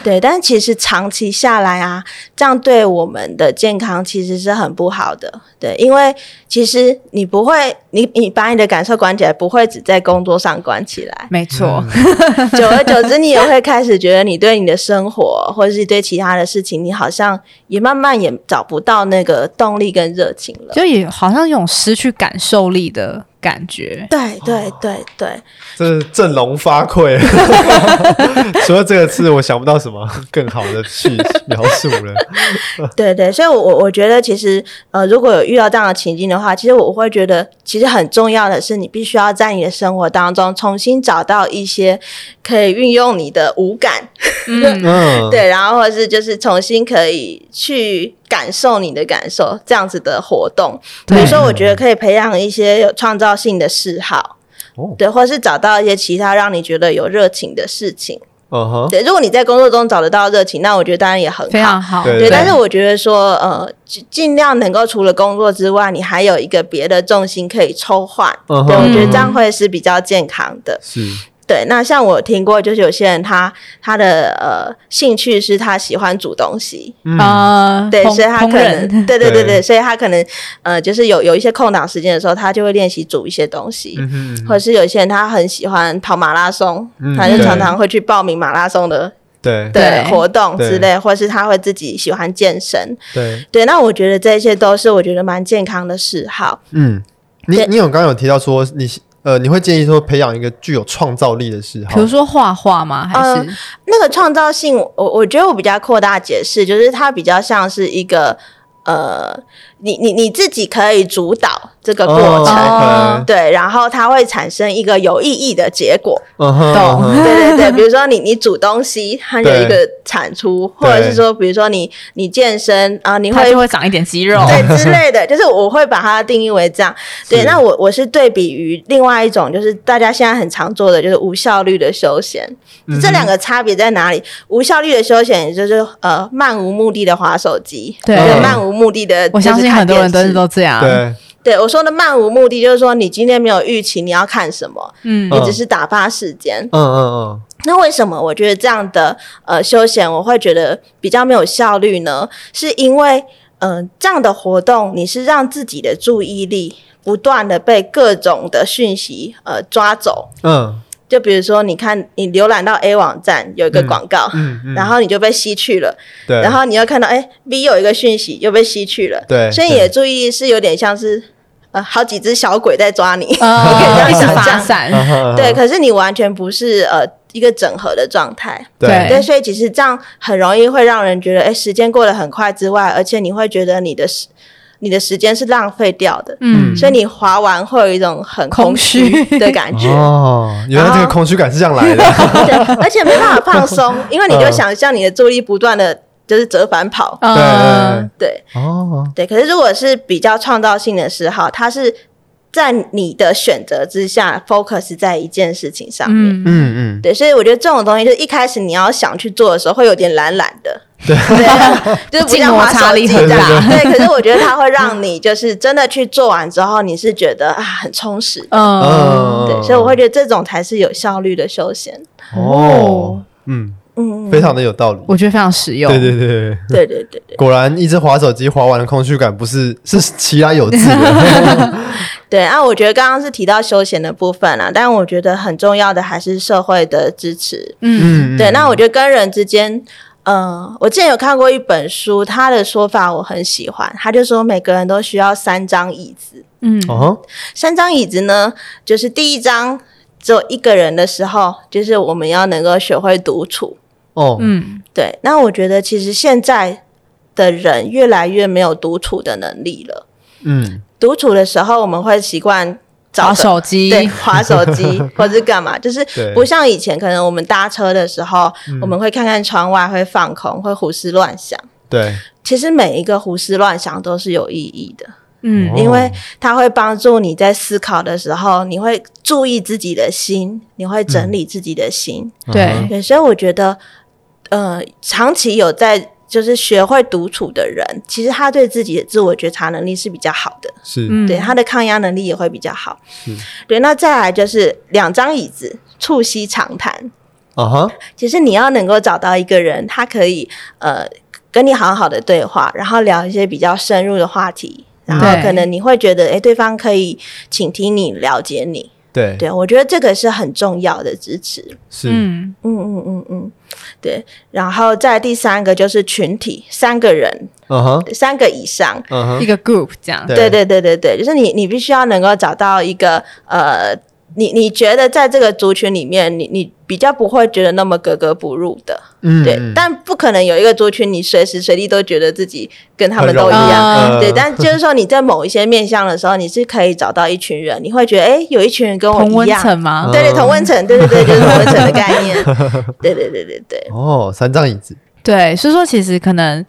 S3: 对，但其实长期下来啊，这样对我们的健康其实是很不好的。对，因为其实你不会，你你把你的感受关起来，不会只在工作上关起来
S2: 没错，
S1: 嗯
S3: 久而久之，你也会开始觉得你对你的生活，或者是对其他的事情，你好像也慢慢也找不到那个动力跟热情了。
S2: 就也好像有种失去感受力的感觉。
S3: 对对对对，
S1: 这是振聋发聩。 除了这个字，我想不到什么更好的去描述 了。
S3: 对对，所以我，我我觉得其实，呃，如果有遇到这样的情境的话，其实我会觉得，其实很重要的是，你必须要在你的生活当中重新找到一些可以运用你的五感，
S2: 嗯，
S1: 嗯，
S3: 对，然后或者是就是重新可以去感受你的感受这样子的活动。比如
S2: 对
S3: 说，我觉得可以培养一些有创造性的嗜好，
S1: 哦，
S3: 对，或是找到一些其他让你觉得有热情的事情。
S1: 嗯哼，
S3: 对，如果你在工作中找得到热情，那我觉得当然也很好。
S2: 非常好。
S1: 对
S3: 对，
S1: 对
S3: 但是我觉得说，呃，尽尽量能够除了工作之外，你还有一个别的重心可以抽换。
S1: 嗯哼
S3: 对，我觉得
S2: 嗯
S3: 这样会是比较健康的。
S1: 是，
S3: 对，那像我听过，就是有些人他他的呃兴趣是他喜欢煮东西，
S1: 嗯
S2: 呃，
S3: 对，
S2: 烹
S3: 所以他
S2: 烹
S3: 可能
S2: 饪
S3: 对对对
S1: 对
S3: 对，所以他可能呃就是有有一些空档时间的时候，他就会练习煮一些东西，
S1: 嗯哼嗯
S3: 或者
S1: 哼，
S3: 是有些人他很喜欢跑马拉松，
S1: 嗯
S3: 他就
S2: 对
S3: 常常会去报名马拉松的
S1: 对
S2: 对
S3: 的活动
S1: 对
S3: 之类，或者是他会自己喜欢健身。
S1: 对，
S3: 对，那我觉得这些都是我觉得蛮健康的嗜好。
S1: 嗯，你
S3: 对
S1: 你有刚刚有提到说你呃，你会建议说培养一个具有创造力的嗜好
S2: 比，如说画画吗？还
S3: 呃
S2: 是、
S3: 那个创造性，我我觉得我比较扩大解释，就是它比较像是一个呃，你你你自己可以主导这个过程。
S2: 哦
S3: 对，然后它会产生一个有意义的结果。
S1: 嗯哼，
S2: 懂
S1: 嗯哼
S3: 对对对，比如说你你煮东西，它有一个产出，或者是说，比如说你你健身啊、你
S2: 它
S3: 会
S2: 就会长一点肌肉？
S3: 对之类的，就是我会把它定义为这样。对，
S1: 哦是
S3: 那我我是对比于另外一种，就是大家现在很常做的，就是无效率的休闲。
S1: 嗯哼
S3: 这两个差别在哪里？无效率的休闲也就是呃漫无目的的划手机，
S2: 对
S3: 就是漫无目的的，
S2: 我相
S3: 就是
S2: 信
S3: 看
S2: 很多人都
S3: 电
S2: 是
S3: 视
S2: 都这样。
S1: 对，
S3: 对我说的漫无目的，就是说你今天没有预期你要看什么，
S2: 嗯
S1: 嗯
S3: 你只是打发时间。
S1: 嗯嗯
S3: 那为什么我觉得这样的呃休闲我会觉得比较没有效率呢？是因为嗯、呃这样的活动你是让自己的注意力不断的被各种的讯息呃抓走。
S1: 嗯嗯
S3: 就比如说，你看你浏览到 A 网站有一个
S1: 嗯
S3: 广告，
S1: 嗯嗯，
S3: 然后你就被吸去了，
S1: 对，
S3: 然后你又看到哎 B 有一个讯息又被吸去了，
S1: 对
S3: 所以
S1: 对
S3: 你的注意力是有点像是呃好几只小鬼在抓你。
S2: 呃，
S3: 可
S2: 一
S3: 以这样
S2: 直
S3: 想
S2: 发
S3: 象
S2: 散，
S1: 嗯哼
S3: 对，可是你完全不是呃一个整合的状态，
S2: 对
S3: 对，所以其实这样很容易会让人觉得，哎，时间过得很快之外，而且你会觉得你的时你的时间是浪费掉的，
S2: 嗯，
S3: 所以你滑完会有一种很空虚
S2: 空虚
S3: 的感 觉。
S1: 哦，原来这
S3: 然
S1: 个
S3: 后
S1: 空虚感是这样来的，
S3: 对，而且没办法放松，因为你就
S1: 嗯
S3: 想象你的注意力不断的就是折返跑，
S1: 对对
S2: 呃
S1: 对，
S3: 对，
S1: 对，哦，
S3: 对，可是如果是比较创造性的嗜好，它是在你的选择之下 focus 在一件事情上面。
S2: 嗯，
S1: 嗯嗯，
S3: 对，所以我觉得这种东西，就是一开始你要想去做的时候，会有点懒懒的，
S1: 对，
S3: 就是不像
S2: 摩
S3: 滑
S2: 擦
S3: 手
S2: 力
S3: 机
S2: 很
S3: 这样
S1: 大
S3: 对，可是我觉得它会让你就是真的去做完之后，你是觉得啊很充实。
S2: 呃，
S1: 嗯
S3: 对，所以我会觉得这种才是有效率的休闲。
S1: 哦，嗯，
S3: 嗯，
S1: 非常的有道理，
S2: 我觉得非常实用。
S1: 对对对对。
S3: 对对对对
S1: 果然，一直滑手机滑完的空虚感不是是其来有自的。
S3: 对。啊，我觉得刚刚是提到休闲的部分啦，但我觉得很重要的还是社会的支持。
S2: 嗯，
S1: 嗯，
S3: 对，那我觉得跟人之间，呃，我之前有看过一本书，他的说法我很喜欢，他就说每个人都需要三张椅子，
S2: 嗯
S1: 嗯哦，
S3: 三张椅子呢，就是第一张只有一个人的时候，就是我们要能够学会独处。
S1: 哦，
S2: 嗯，
S3: 对，那我觉得其实现在的人越来越没有独处的能力了。
S1: 嗯，
S3: 独处的时候，我们会习惯找
S2: 找
S3: 个
S2: 手机，
S3: 对，划手 机或是干嘛，就是
S1: 对
S3: 不像以前，可能我们搭车的时候，
S2: 嗯
S3: 我们会看看窗外，会放空，会胡思乱想。
S1: 对，
S3: 其实每一个胡思乱想都是有意义的，
S2: 嗯
S1: 哦
S3: 因为它会帮助你在思考的时候，你会注意自己的心，你会整理自己的心。
S1: 嗯
S2: 对
S3: 对，所以我觉得，呃，长期有在就是学会独处的人，其实他对自己的自我觉察能力是比较好的。
S1: 是，
S2: 嗯，
S3: 对，他的抗压能力也会比较好
S1: 是。
S3: 对，那再来就是两张椅子促膝长谈。
S1: 啊哈，
S3: 其实你要能够找到一个人，他可以呃跟你好好的对话，然后聊一些比较深入的话题，然后
S2: 对
S3: 可能你会觉得，诶，对方可以倾听你、了解你。
S1: 对，
S3: 对我觉得这个是很重要的支持。
S1: 是，
S2: 嗯
S3: 嗯嗯嗯嗯，对。然后再来第三个就是群体，三个人，
S1: 啊哈，
S3: 三个以上，
S1: 嗯哼，
S2: 一个 group 这样，
S1: 对
S3: 对对对对对，就是你你必须要能够找到一个呃，你你觉得在这个族群里面，你你比较不会觉得那么格格不入的，
S1: 嗯，
S3: 对。
S1: 嗯
S3: 但不可能有一个族群，你随时随地都觉得自己跟他们
S1: 很容
S3: 都一
S1: 易
S3: 样。
S2: 啊
S1: 呃
S3: 对，但就是说你在某一些面向的时候，你是可以找到一群人，你会觉得哎，诶有一群人跟我
S2: 同
S3: 一
S2: 温
S3: 样，
S2: 层吗？
S3: 对对，
S1: 嗯
S3: 同温层，对 对对，就是同温层的概念，对对对对对，
S1: 哦，三张椅子，
S2: 对，所以说其实可能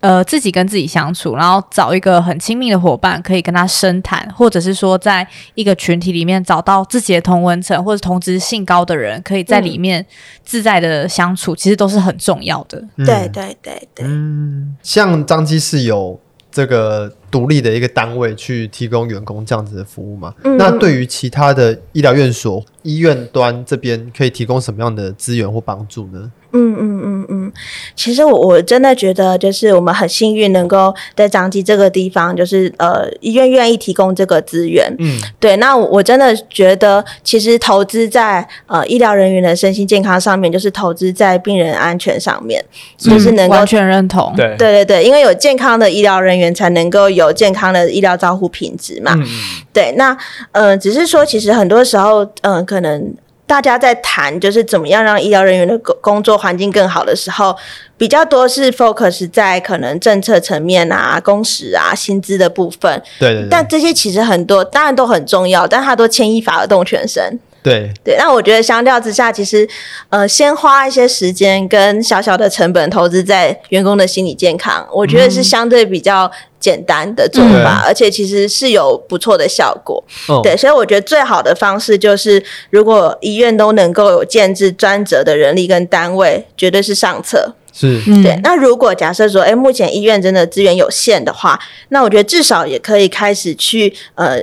S2: 呃自己跟自己相处，然后找一个很亲密的伙伴，可以跟他深谈，或者是说在一个群体里面找到自己的同文层或者同质性高的人，可以
S3: 嗯
S2: 在里面自在的相处，其实都是很重要的。
S1: 嗯
S3: 对，对对对，
S1: 嗯，像张基是有这个独立的一个单位去提供员工这样子的服务嘛？
S3: 嗯
S1: 那对于其他的医疗院所医院端这边可以提供什么样的资源或帮助呢？
S3: 嗯嗯嗯嗯，其实我我真的觉得，就是我们很幸运能够在长期这个地方，就是呃，医院愿意提供这个资源。
S1: 嗯，
S3: 对，那我我真的觉得，其实投资在呃医疗人员的身心健康上面，就是投资在病人安全上面，就是能够
S2: 嗯完全认同。
S4: 对
S3: 对对对，因为有健康的医疗人员，才能够有健康的医疗照护品质嘛。
S4: 嗯，
S3: 对，那呃，只是说，其实很多时候，嗯、呃，可能大家在谈就是怎么样让医疗人员的工工作环境更好的时候，比较多是 focus 在可能政策层面啊、工时啊、薪资的部分，
S1: 对对对，
S3: 但这些其实很多，当然都很重要，但它都牵一发而动全身。
S1: 对
S3: 对，那我觉得相较之下，其实呃，先花一些时间跟小小的成本投资在员工的心理健康，我觉得是相对比较简单的做法，而且其实是有不错的效果。
S1: 嗯
S3: 对，所以我觉得最好的方式就是，如果医院都能够有建制专责的人力跟单位，绝对是上策。
S1: 是
S2: 嗯，
S3: 对，那如果假设说，哎，目前医院真的资源有限的话，那我觉得至少也可以开始去呃。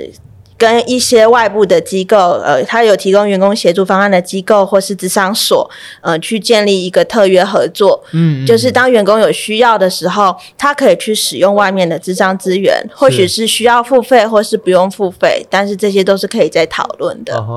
S3: 跟一些外部的机构，呃，他有提供员工协助方案的机构或是职商所，呃，去建立一个特约合作，
S1: 嗯
S3: 就是当员工有需要的时候，他可以去使用外面的智商资源，或许是需要付费，或是不用付费，但是这些都是可以再讨论的。
S1: 嗯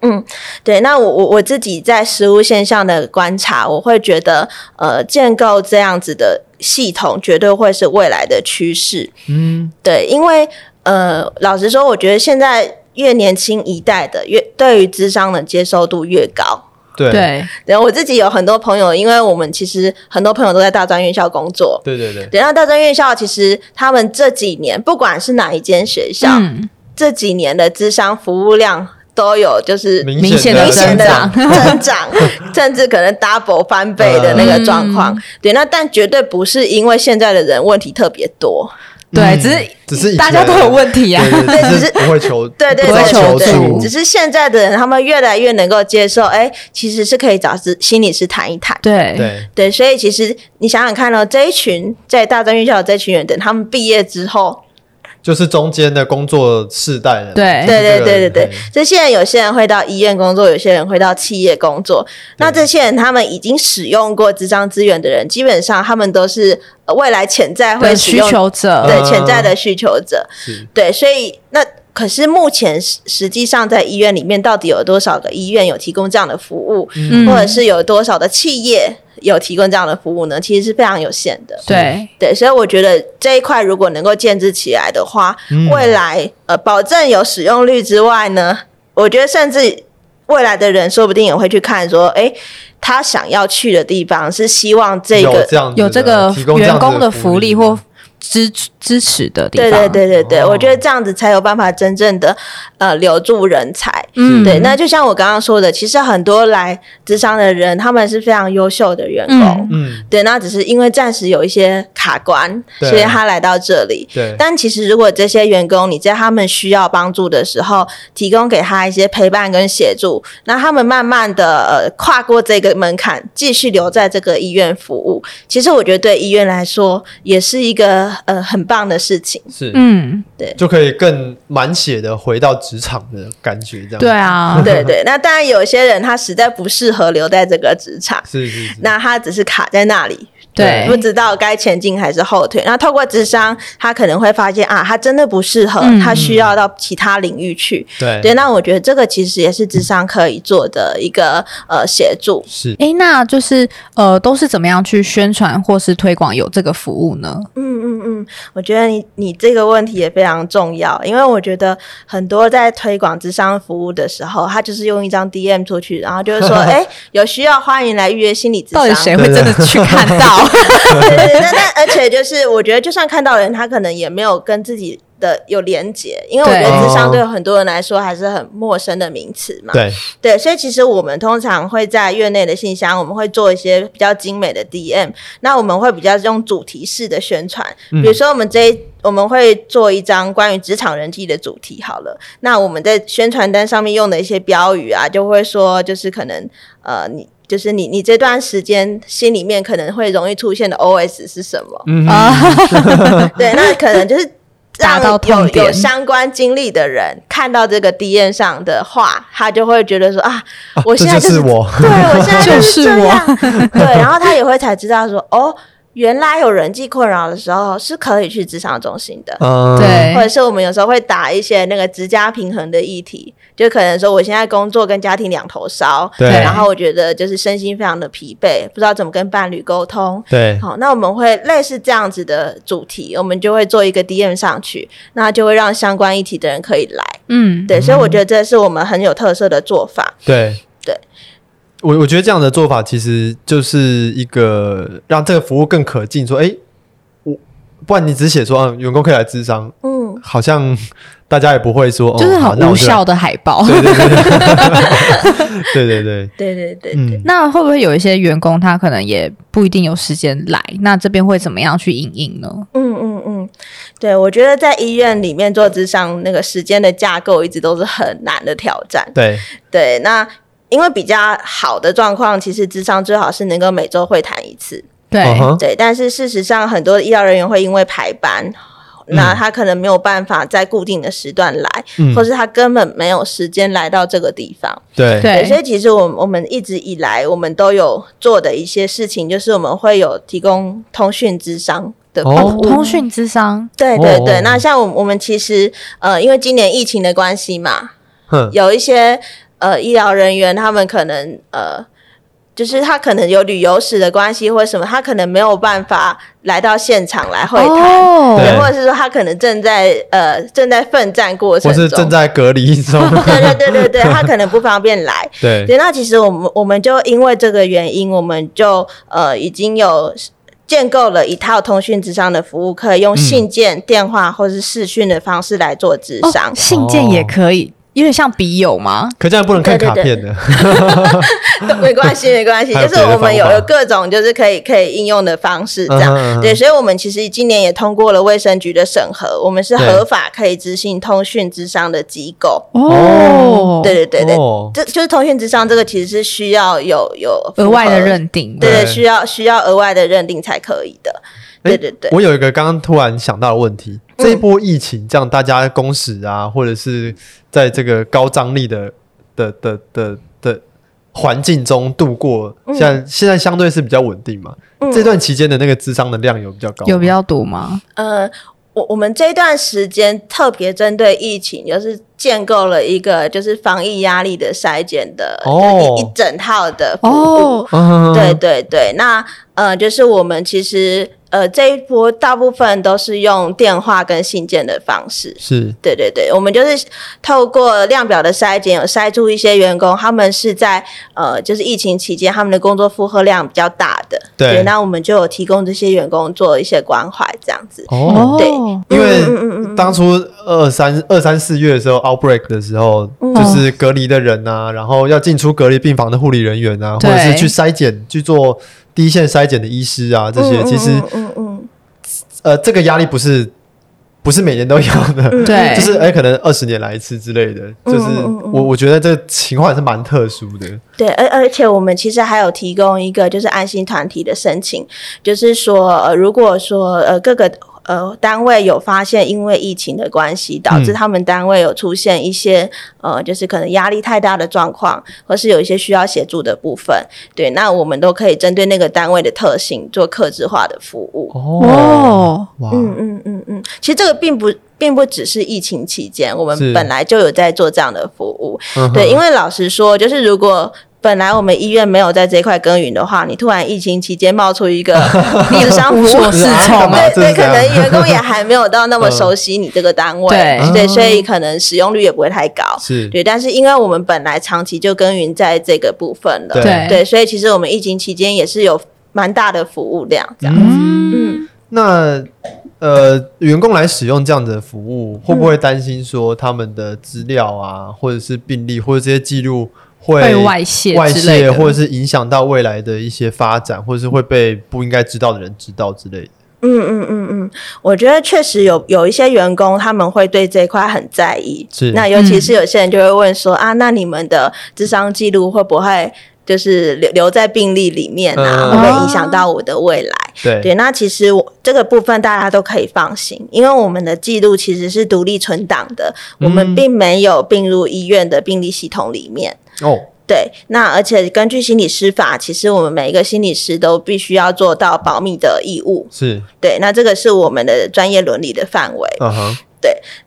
S1: 哼
S3: 对，那我我我自己在实物现象的观察，我会觉得，呃，建构这样子的系统绝对会是未来的趋势。
S1: 嗯
S3: 对，因为呃，老实说，我觉得现在越年轻一代的越对于智商的接受度越高。
S1: 对
S2: 对，
S3: 然后我自己有很多朋友，因为我们其实很多朋友都在大专院校工作。
S1: 对对对
S3: 对，那大专院校其实他们这几年，不管是哪一间学校，
S2: 嗯，
S3: 这几年的智商服务量都有就是
S2: 明显的
S3: 明显的
S2: 增
S3: 增长，甚至可能 double 翻倍的那个状况。
S2: 嗯
S3: 对，那但绝对不是因为现在的人问题特别多，
S2: 对
S1: 嗯
S2: 只是
S1: 只是以
S2: 大家
S1: 前
S2: 都有问题啊。
S1: 对对，只
S3: 只
S1: 是
S3: 是
S1: 不会求，
S3: 对对
S1: 不
S3: 对
S1: 会
S2: 求
S1: 求
S3: 对
S2: 助
S1: 助
S3: 只，是现在的人他们越来越能够接受，哎，其实是可以找咨心理师谈一谈。
S2: 对
S1: 对
S3: 对，所以其实你想想看哦，这一群在大专院校的这一群人，等他们毕业之后，
S1: 就是中间的工作世代了，
S2: 对
S1: 就是哎
S3: 对
S1: 这个
S3: 对对对
S1: 嘿
S3: 对，这些人有些人会到医院工作，有些人会到企业工作。那这些人他们已经使用过智商资源的人，基本上他们都是呃未来潜在会
S2: 对
S3: 使
S2: 需
S3: 用
S2: 求者，
S3: 对
S1: 嗯
S3: 潜在的需求者。
S1: 是
S3: 对，所以那可是目前实实际上在医院里面，到底有多少个医院有提供这样的服务，
S2: 嗯
S3: 或者是有多少的企业有提供这样的服务呢？其实是非常有限的。
S2: 对
S3: 对，所以我觉得这一块如果能够建制起来的话，
S1: 嗯
S3: 未来呃保证有使用率之外呢，我觉得甚至未来的人说不定也会去看说，诶，他想要去的地方是希望这
S1: 有
S3: 个。
S1: 这样子的
S2: 有这个
S1: 提供这样
S2: 员
S1: 子
S2: 工
S1: 的
S2: 的福利或支支持的地
S3: 对
S2: 方，
S3: 对对对对，
S1: 哦
S3: 我觉得这样子才有办法真正的呃留住人才。
S2: 嗯，
S3: 对，那就像我刚刚说的，其实很多来职场的人，他们是非常优秀的员工。
S2: 嗯
S1: 嗯
S3: 对，那只是因为暂时有一些卡关，
S1: 对
S3: 所以他来到这里。
S1: 对，
S3: 但其实，如果这些员工你在他们需要帮助的时候，提供给他一些陪伴跟协助，那他们慢慢的呃跨过这个门槛，继续留在这个医院服务，其实我觉得对医院来说也是一个呃很棒的 事情。
S1: 是
S2: 嗯，
S1: 就可以更满血的回到职场的感觉，这样
S2: 对，啊，
S3: 对对，那当然有些人他实在不适合留在这个职场，
S1: 是是是，
S3: 那他只是卡在那 里，
S2: 对
S3: 不知道该前进还是后退。那透过智商，他可能会发现啊，他真的不适合，
S2: 嗯
S3: 他需要到其他领域去。
S1: 对
S3: 对，那我觉得这个其实也是智商可以做的一个呃协助。
S1: 是
S2: 诶，那就是呃，都是怎么样去宣传或是推广有这个服务呢？
S3: 嗯嗯嗯，我觉得你你这个问题也非常重要，因为我觉得很多在推广智商服务的时候，他就是用一张 DM 出去，然后就是说，哎、有需要欢迎来预约心理咨
S2: 到底
S3: 商。
S2: 谁会真的去看到？
S3: 对对，对，但而且就是，我觉得就算看到人，他可能也没有跟自己的有连结，因为我觉
S2: 对
S3: 得智商
S1: 哦
S3: 对很多人来说还是很陌生的名词嘛。
S1: 对
S3: 对，所以其实我们通常会在院内的信箱，我们会做一些比较精美的 DM，那我们会比较用主题式的宣传，比如说我们这一。我们会做一张关于职场人际的主题，好了，那我们在宣传单上面用的一些标语啊，就会说，就是可能呃，你就是你你这段时间心里面可能会容易出现的 OS 是什么？
S1: 嗯
S2: 啊
S1: 哼
S3: 对，那可能就是
S2: 达到
S3: 让有
S2: 痛点
S3: 有相关经历的人看到这个 D N 上的话，他就会觉得说啊，
S1: 啊
S3: 我
S1: 这
S3: 现在
S1: 就是
S3: 是
S1: 我
S3: 对我现在
S2: 就是
S3: 是这
S2: 我
S3: 样，对，然后他也会才知道说哦，原来有人际困扰的时候是可以去职场中心的。
S1: 嗯，
S2: 对
S3: 或者是我们有时候会打一些那个职家平衡的议题，就可能说我现在工作跟家庭两头烧，
S1: 对
S3: 然后我觉得就是身心非常的疲惫，不知道怎么跟伴侣沟通。
S1: 对
S3: 好，那我们会类似这样子的主题，我们就会做一个 DM 上去，那就会让相关议题的人可以来。
S2: 嗯，
S3: 对，所以我觉得这是我们很有特色的做法。
S1: 对
S3: 对。
S1: 我我觉得这样的做法其实就是一个让这个服务更可敬，说，哎，我不然你只写说，啊，员工可以来咨商，
S3: 嗯，
S1: 好像 大家也不会说，哦
S2: 就是
S1: 好
S2: 很
S1: 那我
S2: 无
S1: 就
S2: 效的海 报。
S1: 对对对对对对对，
S3: 对对对，
S1: 嗯，
S2: 那会不会有一些员工他可能也不一定有时间来？那这边会怎么样去营运呢？
S3: 嗯嗯嗯，对，我觉得在医院里面做智商那个时间的架构一直都是很难的挑战。
S1: 对
S3: 对，那因为比较好的状况，其实智商最好是能够每周会谈一次。
S2: 对，
S1: 嗯哼
S3: 对，但是事实上，很多医疗人员会因为排班。那
S1: 嗯
S3: 他可能没有办法在固定的时段来，
S1: 嗯
S3: 或是他根本没有时间来到这个地方。
S1: 对
S2: 对
S3: 所以其实我们我们一直以来我们都有做的一些事情，就是我们会有提供通讯智商的服务。
S1: 哦
S2: 通讯之商，
S3: 对对对，
S1: 哦
S3: 那像我们我们其实呃，因为今年疫情的关系嘛，
S1: 哼
S3: 有一些呃医疗人员，他们可能呃，就是他可能有旅游史的关系或什么，他可能没有办法来到现场来会谈，对
S1: 对
S2: 哦，
S3: 或者是说他可能正在呃正在奋战过程
S1: 我
S3: 中，
S1: 是正在隔离中，
S3: 对对对 对对，他可能不方便来。
S1: 对
S3: 对，那其实我们我们就因为这个原因，我们就呃已经有建构了一套通讯智商的服务，可以用信件、电话或是视讯的方式来做智
S2: 哦
S3: 商。
S2: 信件也可以，有点像笔友吗？
S1: 可这样不能看
S3: 对对
S1: 卡
S3: 对
S1: 片的，
S3: 没 关系，没关系，
S1: 还有
S3: 就
S1: 别
S3: 是
S1: 的
S3: 我们有
S1: 方法
S3: 有各种就是可以可以应用的方式这样。
S1: 嗯哼
S3: 对，所以我们其实今年也通过了卫生局的审核，我们是
S1: 对
S3: 合法可以执行通讯智商的机构。
S1: 哦
S3: 对对对 对，
S1: 哦
S3: 这就是通讯智商这个其实是需要有有
S2: 额外的
S3: 符合
S2: 认定，
S3: 对对，
S1: 对
S3: 需要需要额外的认定才可以的。
S1: 诶
S3: 对对对，嗯
S1: 我有一个刚刚突然想到的问题，这一波疫情，这样大家工时啊，或者是在这个高张力的的的的的环境中度过，
S3: 嗯
S1: 现在现在相对是比较稳定嘛。
S3: 嗯
S1: 这段期间的那个智商的量有比较高吗，
S2: 有比较多吗？
S3: 呃，我我们这段时间特别针对疫情，就是建构了一个就是防疫压力的筛检的，
S1: 哦
S3: 就是一一整套的服务。
S2: 哦，
S1: 嗯，
S3: 对对对，那呃，就是我们其实呃这一波大部分都是用电话跟信件的方式，
S1: 是
S3: 对对对，我们就是透过量表的筛检，有筛出一些员工，他们是在呃，就是疫情期间他们的工作负荷量比较大的，
S1: 对
S3: 那我们就有提供这些员工做一些关怀，这样子。
S1: 哦，
S3: 对
S2: 哦
S1: 因
S3: 嗯
S1: 为
S3: 嗯嗯嗯
S1: 当初二三二三四月的时候 outbreak 的时候，就是隔离的人啊，然后要进出隔离病房的护理人员啊，或
S2: 对
S1: 者是去筛检去做第一线筛检的医师啊，这些
S3: 嗯
S1: 其实
S3: 嗯嗯嗯
S1: 呃，这个压力不是不是每年都有的，
S2: 对
S1: 就是哎，可能二十年来一次之类的，就是
S3: 嗯嗯嗯
S1: 我我觉得这个情况还是蛮特殊的，
S3: 对，而而且我们其实还有提供一个就是安心团体的申请，就是说呃，如果说呃各个。呃，单位有发现，因为疫情的关系，导
S1: 嗯
S3: 致他们单位有出现一些、呃，就是可能压力太大的状况，或是有一些需要协助的部分，对，那我们都可以针对那个单位的特性做客制化的服务。
S1: 哦，
S2: 哦，
S1: 哇，
S3: 嗯嗯嗯嗯，其实这个并不并不只是疫情期间，我
S1: 是
S3: 们本来就有在做这样的服务。
S1: 嗯哼
S3: 对，因为老实说，就是如果本来我们医院没有在这一块耕耘的话，你突然疫情期间冒出 一个智商服
S2: 无所
S3: 务。
S2: 适
S1: 啊
S2: 从
S1: 干嘛
S3: 对
S1: 这是
S3: 对，可
S1: 这样
S3: 能员工也还没有到那么
S1: 嗯
S3: 熟悉你这个单位，
S2: 对
S3: 对，所以可能使用率也不会太高。
S1: 是
S3: 对，但是因为我们本来长期就耕耘在这个部分了，
S1: 对
S3: 对，所以其实我们疫情期间也是有蛮大的服务量，这样。
S2: 嗯，
S1: 那呃，员工来使用这样的服
S2: 嗯
S1: 务，会不会担心说他们的资料啊，或者是病历，或者这些记录会
S2: 会外泄
S1: 外
S2: 之类
S1: 泄，
S2: 的
S1: 或者是影响到未来的一些发展，或者是会被不应该知道的人知道之类的？
S3: 嗯嗯嗯嗯，我觉得确实有有一些员工他们会对这一块很在意，
S1: 是
S3: 那尤其是有些人就会问说、啊，那你们的智商记录会不会？就是留留在病历里面
S1: 嗯
S3: 啊，会不会影响到我的未来？对，
S1: 对，
S3: 那其实我这个部分大家都可以放心，因为我们的记录其实是独立存档的，我们
S1: 嗯
S3: 并没有并入医院的病历系统里面。
S1: 哦，
S3: 对，那而且根据心理师法，其实我们每一个心理师都必须要做到保密的义务。
S1: 是，
S3: 对，那这个是我们的专业伦理的范围。
S1: 嗯哼，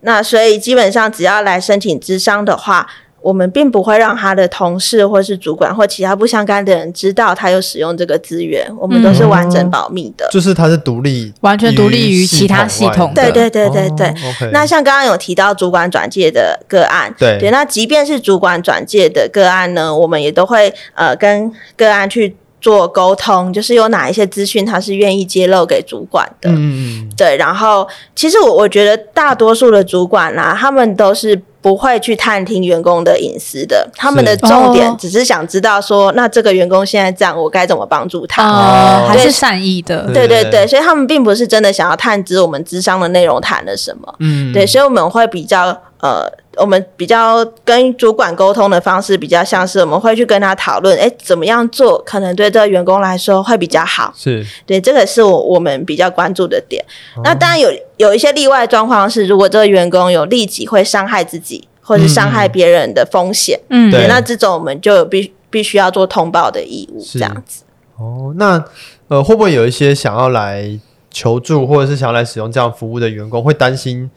S3: 那所以基本上只要来申请咨商的话，我们并不会让他的同事或是主管或其他不相干的人知道他有使用这个资源，我们都
S1: 嗯
S3: 是完整保密的。
S1: 就是它是独立，
S2: 完全独立于
S1: 系
S2: 其他系
S1: 外
S2: 统
S1: 的
S2: 的
S3: 对对对对对
S1: 哦，OK，
S3: 那像刚刚有提到主管转介的个案，
S1: 对
S3: 对，那即便是主管转介的个案呢，我们也都会呃跟个案去做沟通，就是有哪一些资讯他是愿意揭露给主管的。
S1: 嗯嗯嗯，
S3: 对，然后其实我我觉得大多数的主管啦、他们都是不会去探听员工的隐私的，他们的
S1: 是
S3: 重点
S2: 哦
S3: 只是想知道说，那这个员工现在这样，我该怎么帮助他？
S2: 呃，
S1: 哦
S2: 还
S3: 对
S2: 是善意的。
S3: 对对
S1: 对
S3: 对，所以他们并不是真的想要探知我们智商的内容谈了什么。
S1: 嗯，
S3: 对，所以我们会比较呃，我们比较跟主管沟通的方式比较像是我们会去跟他讨论，哎，怎么样做可能对这个员工来说会比较好。
S1: 是，
S3: 对，这个是我我们比较关注的点。那当然有有一些例外状况是，如果这个员工有立即会伤害自己或是伤害别人的风险，
S1: 嗯
S2: 嗯，
S1: 对
S3: 对，那这种我们就有必必须要做通报的义务，
S1: 是
S3: 这样子。
S1: 哦，那呃，会不会有一些想要来求助或者是想要来使用这样服务的员工，会担心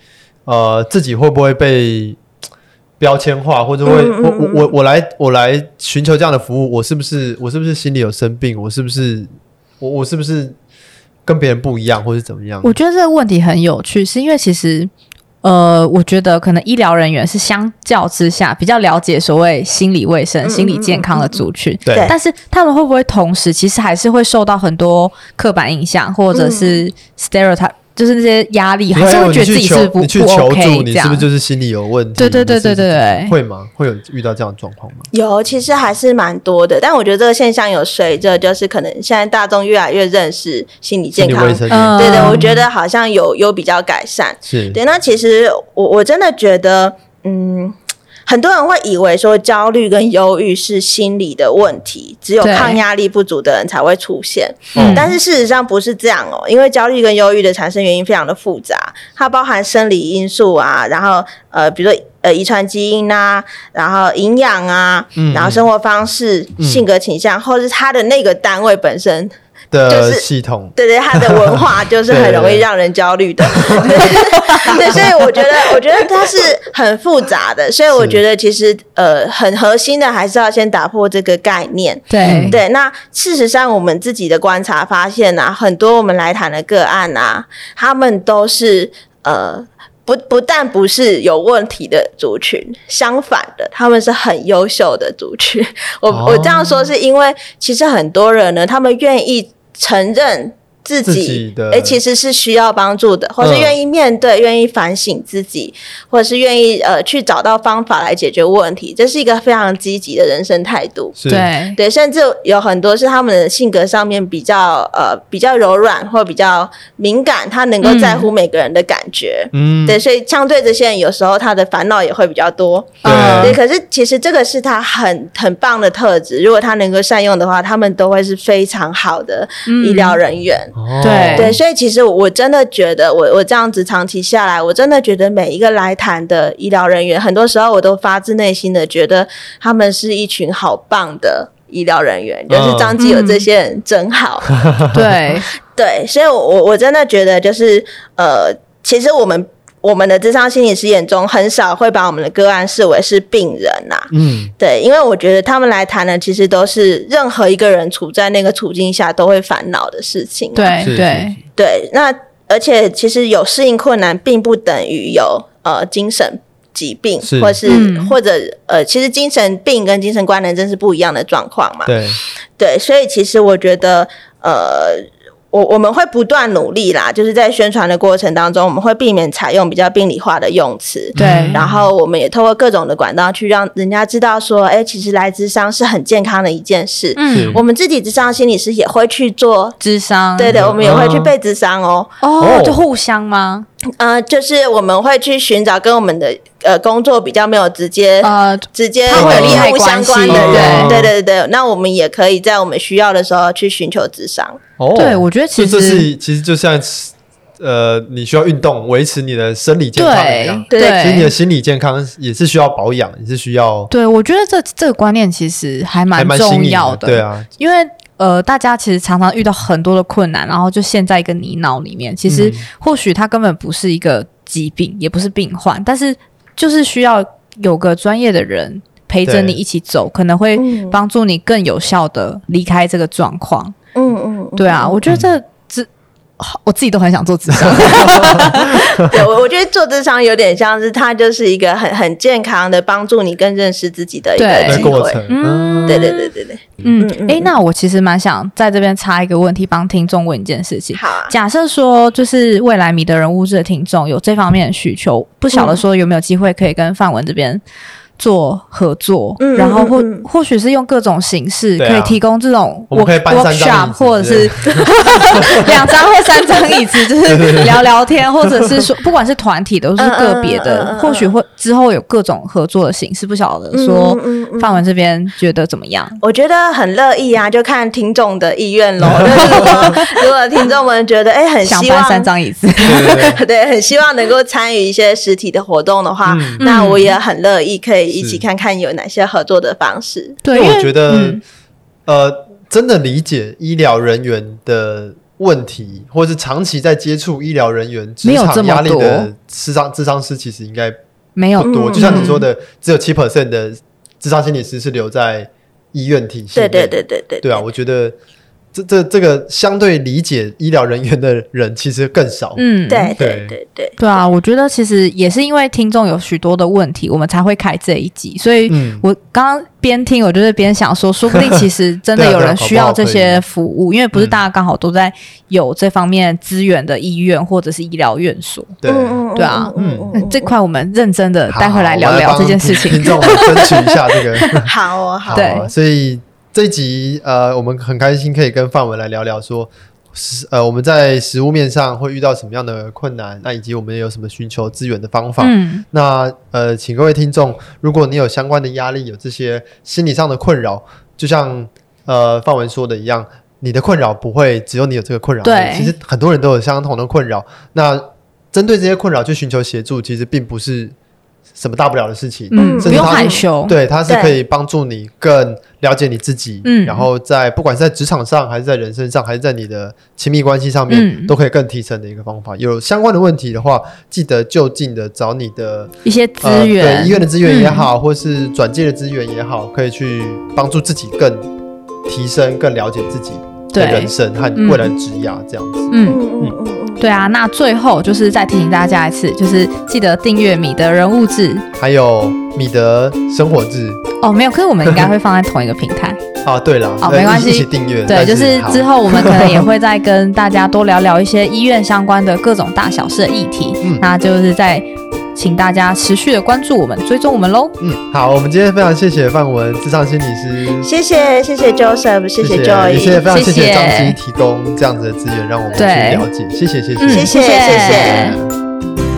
S1: 呃自己会不会被标签化，或者会
S3: 嗯嗯
S1: 我
S3: 嗯
S1: 我我我来我来寻求这样的服务，我是不是我是不是心里有生病？我是不是我我是不是跟别人不一样，或是怎么样？
S2: 我觉得这个问题很有趣，是因为其实。呃，我觉得可能医疗人员是相较之下比较了解所谓心理卫生、
S3: 嗯
S2: 心理健康的族群，
S1: 对
S3: 对
S2: 但是他们会不会同时其实还是会受到很多刻板印象，或者是 stereotype，、就是那些压力，
S1: 你
S2: 还
S1: 会
S2: 是
S1: 嗯有
S2: 会
S1: 你
S2: 觉得
S1: 去
S2: 自己
S1: 求
S2: 是不
S1: 你去
S2: 不
S1: 求
S2: OK
S1: 助，
S2: 这
S1: 你
S2: 样
S1: 是不是就是哦心里有问题？
S2: 对对对
S1: 你是不是
S2: 对对对
S1: 会吗？会有遇到这样的状况吗？
S3: 有，其实还是蛮多的，但我觉得这个现象有随着就是可能现在大众越来越认识心理
S1: 心
S3: 健
S1: 理
S3: 康
S1: 卫，生
S2: 嗯
S3: 对对，我觉得好像有有比较改善。
S1: 是
S3: 对，那其实我我真的觉得，嗯，很多人会以为说焦虑跟忧郁是心理的问题，只有
S2: 对
S3: 抗压力不足的人才会出现。
S1: 嗯
S3: 但是事实上不是这样哦，因为焦虑跟忧郁的产生原因非常的复杂，它包含生理因素啊，然后呃，比如说呃遗传基因啊，然后营养啊，
S1: 嗯
S3: 然后生活方式、
S1: 嗯
S3: 性格倾向，或是他的那个单位本身就
S1: 的
S3: 是
S1: 系统
S3: 对对，他的文化就是很容易让人焦虑的。 对对，所以我觉得，我觉得它是很复杂的，所以我觉得其实呃，很核心的还是要先打破这个概念。
S1: 嗯
S2: 对
S3: 对，那事实上我们自己的观察发现啊，很多我们来谈的个案啊，他们都是呃。不不但不是有问题的族群，相反的，他们是很优秀的族群。 我、
S1: 哦
S3: 我这样说是因为，其实很多人呢，他们愿意承认自
S1: 自
S3: 己
S1: 己的
S3: 诶其实是需要帮助的，或是
S1: 嗯
S3: 愿意面对、愿意反省自己，或是愿意呃去找到方法来解决问题，这是一个非常积极的人生态度。
S1: 是
S2: 对
S3: 对，甚至有很多是他们的性格上面比较呃比较柔软或比较敏感，他能够在乎每个人的感觉。
S1: 嗯
S3: 对，所以相对这些人，有时候他的烦恼也会比较多。
S2: 嗯
S3: 对，可是其实这个是他很很棒的特质，如果他能够善用的话，他们都会是非常好的医疗人员。
S1: 哦
S2: 对
S3: 对，所以其实我真的觉得我，我这样子长期下来，我真的觉得每一个来谈的医疗人员，很多时候我都发自内心的觉得他们是一群好棒的医疗人员，就是张继有这些人真好。
S2: 对，
S3: 对，所以我，我我真的觉得就是呃，其实我们我们的智商心理师眼中很少会把我们的个案视为是病人呐、
S1: 嗯，
S3: 对，因为我觉得他们来谈的其实都是任何一个人处在那个处境下都会烦恼的事情、啊。
S2: 对
S1: 是
S2: 嗯对，
S3: 对，那而且其实有适应困难，并不等于有呃精神疾病，
S1: 是
S3: 或是、
S2: 嗯
S3: 或者呃，其实精神病跟精神官能症是不一样的状况嘛。
S1: 对，
S3: 对，所以其实我觉得呃。我我们会不断努力啦，就是在宣传的过程当中，我们会避免采用比较病理化的用词，
S2: 对嗯
S3: 然后我们也透过各种的管道去让人家知道说，哎，其实来智商是很健康的一件事。
S1: 是
S2: 嗯，
S3: 我们自己智商心理师也会去做，
S2: 智商
S3: 对的，
S1: 嗯
S3: 我们也会去被智商哦。
S2: 哦
S1: 哦，
S2: 就互相吗？
S3: 呃，就是我们会去寻找跟我们的呃工作比较没有直接、
S2: 呃，
S3: 直接
S2: 他
S1: 会有
S3: 跟
S1: 利
S3: 业
S2: 害
S3: 务相
S2: 关系
S3: 关的
S1: 哦
S3: 人，对对对。那我们也可以在我们需要的时候去寻求智商。
S1: 哦，
S2: 对我觉得
S1: 所
S2: 其
S1: 以这
S2: 实
S1: 是其实就像呃，你需要运动维持你的生理健康一样
S2: 对，
S3: 对
S1: 其实你的心理健康也是需要保养，也是需要
S2: 对，我觉得这这个观念其实还
S1: 还
S2: 蛮
S1: 蛮新
S2: 重
S1: 颖
S2: 要
S1: 的，对啊，
S2: 因为呃，大家其实常常遇到很多的困难，然后就陷在一个泥淖里面。其实
S1: 嗯
S2: 或许它根本不是一个疾病，也不是病患，但是就是需要有个专业的人陪着
S1: 对
S2: 你一起走，可能会
S3: 嗯
S2: 帮助你更有效的离开这个状况。
S3: 嗯嗯，嗯
S2: 对啊，，我觉得这这。我自己都很想做智 商，
S3: 对我我觉得做智商有点像是它就是一个很很健康的帮助你更认识自己的一
S2: 对
S3: 个
S1: 那
S3: 机
S1: 过
S3: 会。
S1: 程，
S2: 嗯
S3: 对对对对对，
S2: 嗯
S3: 嗯，嗯
S2: 诶，
S3: 嗯
S2: 那我其实蛮想在这边插一个问题，帮听众问一件事情。
S3: 好啊。
S2: 假设说，就是未来米的人物志的听众有这方面的需求，不晓得说有没有机会可以跟范文这边做合作，
S3: 嗯
S2: 然后或、
S3: 嗯嗯嗯
S2: 或许是用各种形式
S1: 对啊
S2: 可以提供这种
S1: 我们
S2: work,
S1: 可以搬三张椅
S2: workshop，
S1: 子
S2: 或者是 两张或三张椅子，就是聊聊天，或者是说不管是团体的或是个别的，
S3: 嗯嗯嗯嗯嗯
S2: 或许会之后有各种合作的形式，不晓得说
S3: 嗯嗯嗯嗯
S2: 范文这边觉得怎么样？
S3: 我觉得很乐意啊，就看听众的意愿 喽。就是如果如果听众们觉得哎、很
S2: 想
S3: 希
S2: 搬三
S3: 望，，
S2: 张椅子，
S1: 嗯对对对
S3: 对，很希望能够参与一些实体的活动的话，
S1: 嗯
S3: 那我也很乐意可以一
S1: 是
S3: 起看看有哪些合作的方式。
S2: 对，
S1: 因为我觉得、
S2: 嗯
S1: 呃，真的理解医疗人员的问题，或是长期在接触医疗人员职
S2: 没有这
S1: 场
S2: 么
S1: 压力的
S2: 多
S1: 智商智商师，其实应该
S2: 没有
S1: 不多。
S3: 嗯
S1: 就像你说的，只有七 percent 的智商心理师是留在医院体系
S3: 对
S1: 内。
S3: 对对对对
S1: 对啊，我觉得这这这个相对理解医疗人员的人其实更少。
S2: 嗯，
S3: 对
S1: 对
S3: 对对对，
S2: 对啊，我觉得其实也是因为听众有许多的问题，我们才会开这一集。所以
S1: 嗯
S2: 我刚刚边听，我就是边想说，说不定其实真的
S1: 对啊
S2: 有
S1: 对啊
S2: 人需要这些服务，因为不是
S1: 嗯
S2: 大家刚好都在有这方面资源的医院或者是医疗院所。
S1: 对，
S3: 嗯
S2: 对啊
S1: 嗯
S2: 嗯，这块我们认真的
S1: 好
S2: 嗯待会来聊聊这件事
S1: 我
S2: 情。
S1: 来帮听听众们 争取一下这个。
S3: 好哦好
S1: 好啊
S3: 哦，
S2: 对
S1: 所以这一集呃，我们很开心可以跟范文来聊聊说。食呃，我们在食物面上会遇到什么样的困难？那以及我们有什么寻求资源的方法？
S2: 嗯，
S1: 那呃，请各位听众，如果你有相关的压力，有这些心理上的困扰，就像呃范文说的一样，你的困扰不会只有你有这个困扰而已，
S2: 对
S1: 其实很多人都有相同的困扰。那针对这些困扰去寻求协助，其实并不是什么大不了的事情。
S2: 嗯，
S3: 甚
S1: 至
S2: 不用
S1: 他是
S2: 害羞。
S1: 对，它是
S3: 对
S1: 可以帮助你更了解你自己，
S2: 嗯
S1: 然后在不管是在职场上，还是在人身上，还是在你的亲密关系上面，
S2: 嗯
S1: 都可以更提升的一个方法。有相关的问题的话，记得就近的找你的
S2: 一些资
S1: 呃、
S2: 源，嗯
S1: 对医院的资源也好，或是转介的资源也好，可以去帮助自己更提升、更了解自己的
S2: 对
S1: 人生和
S2: 嗯
S1: 未来职涯这样子。
S2: 嗯。
S3: 嗯嗯嗯嗯，
S2: 对啊，那最后就是再提醒大家一次，就是记得订阅米的人物志
S1: 还有米德生活志
S2: 哦。没有，可是我们应该会放在同一个平台。
S1: 啊，对了，
S2: 哦
S1: 呃
S2: 没关系
S1: 一起订阅，
S2: 对，
S1: 但
S2: 就是
S1: 好
S2: 之后我们可能也会 再跟大家多聊聊一些医院相关的各种大小事的议题。
S1: 嗯
S2: 那就是在请大家持续的关注我们，追踪我们喽。
S1: 嗯，好，我们今天非常谢谢范文，智商心理师，
S3: 谢谢谢谢 Joseph，谢
S1: 谢
S3: Joy，
S1: 也谢谢非常谢
S2: 谢
S1: 谢
S2: 谢
S1: 张基提供这样子的资源，让我们去
S2: 对
S1: 了解，谢谢谢
S2: 嗯
S1: 谢
S3: 谢谢
S2: 谢谢
S3: 谢谢。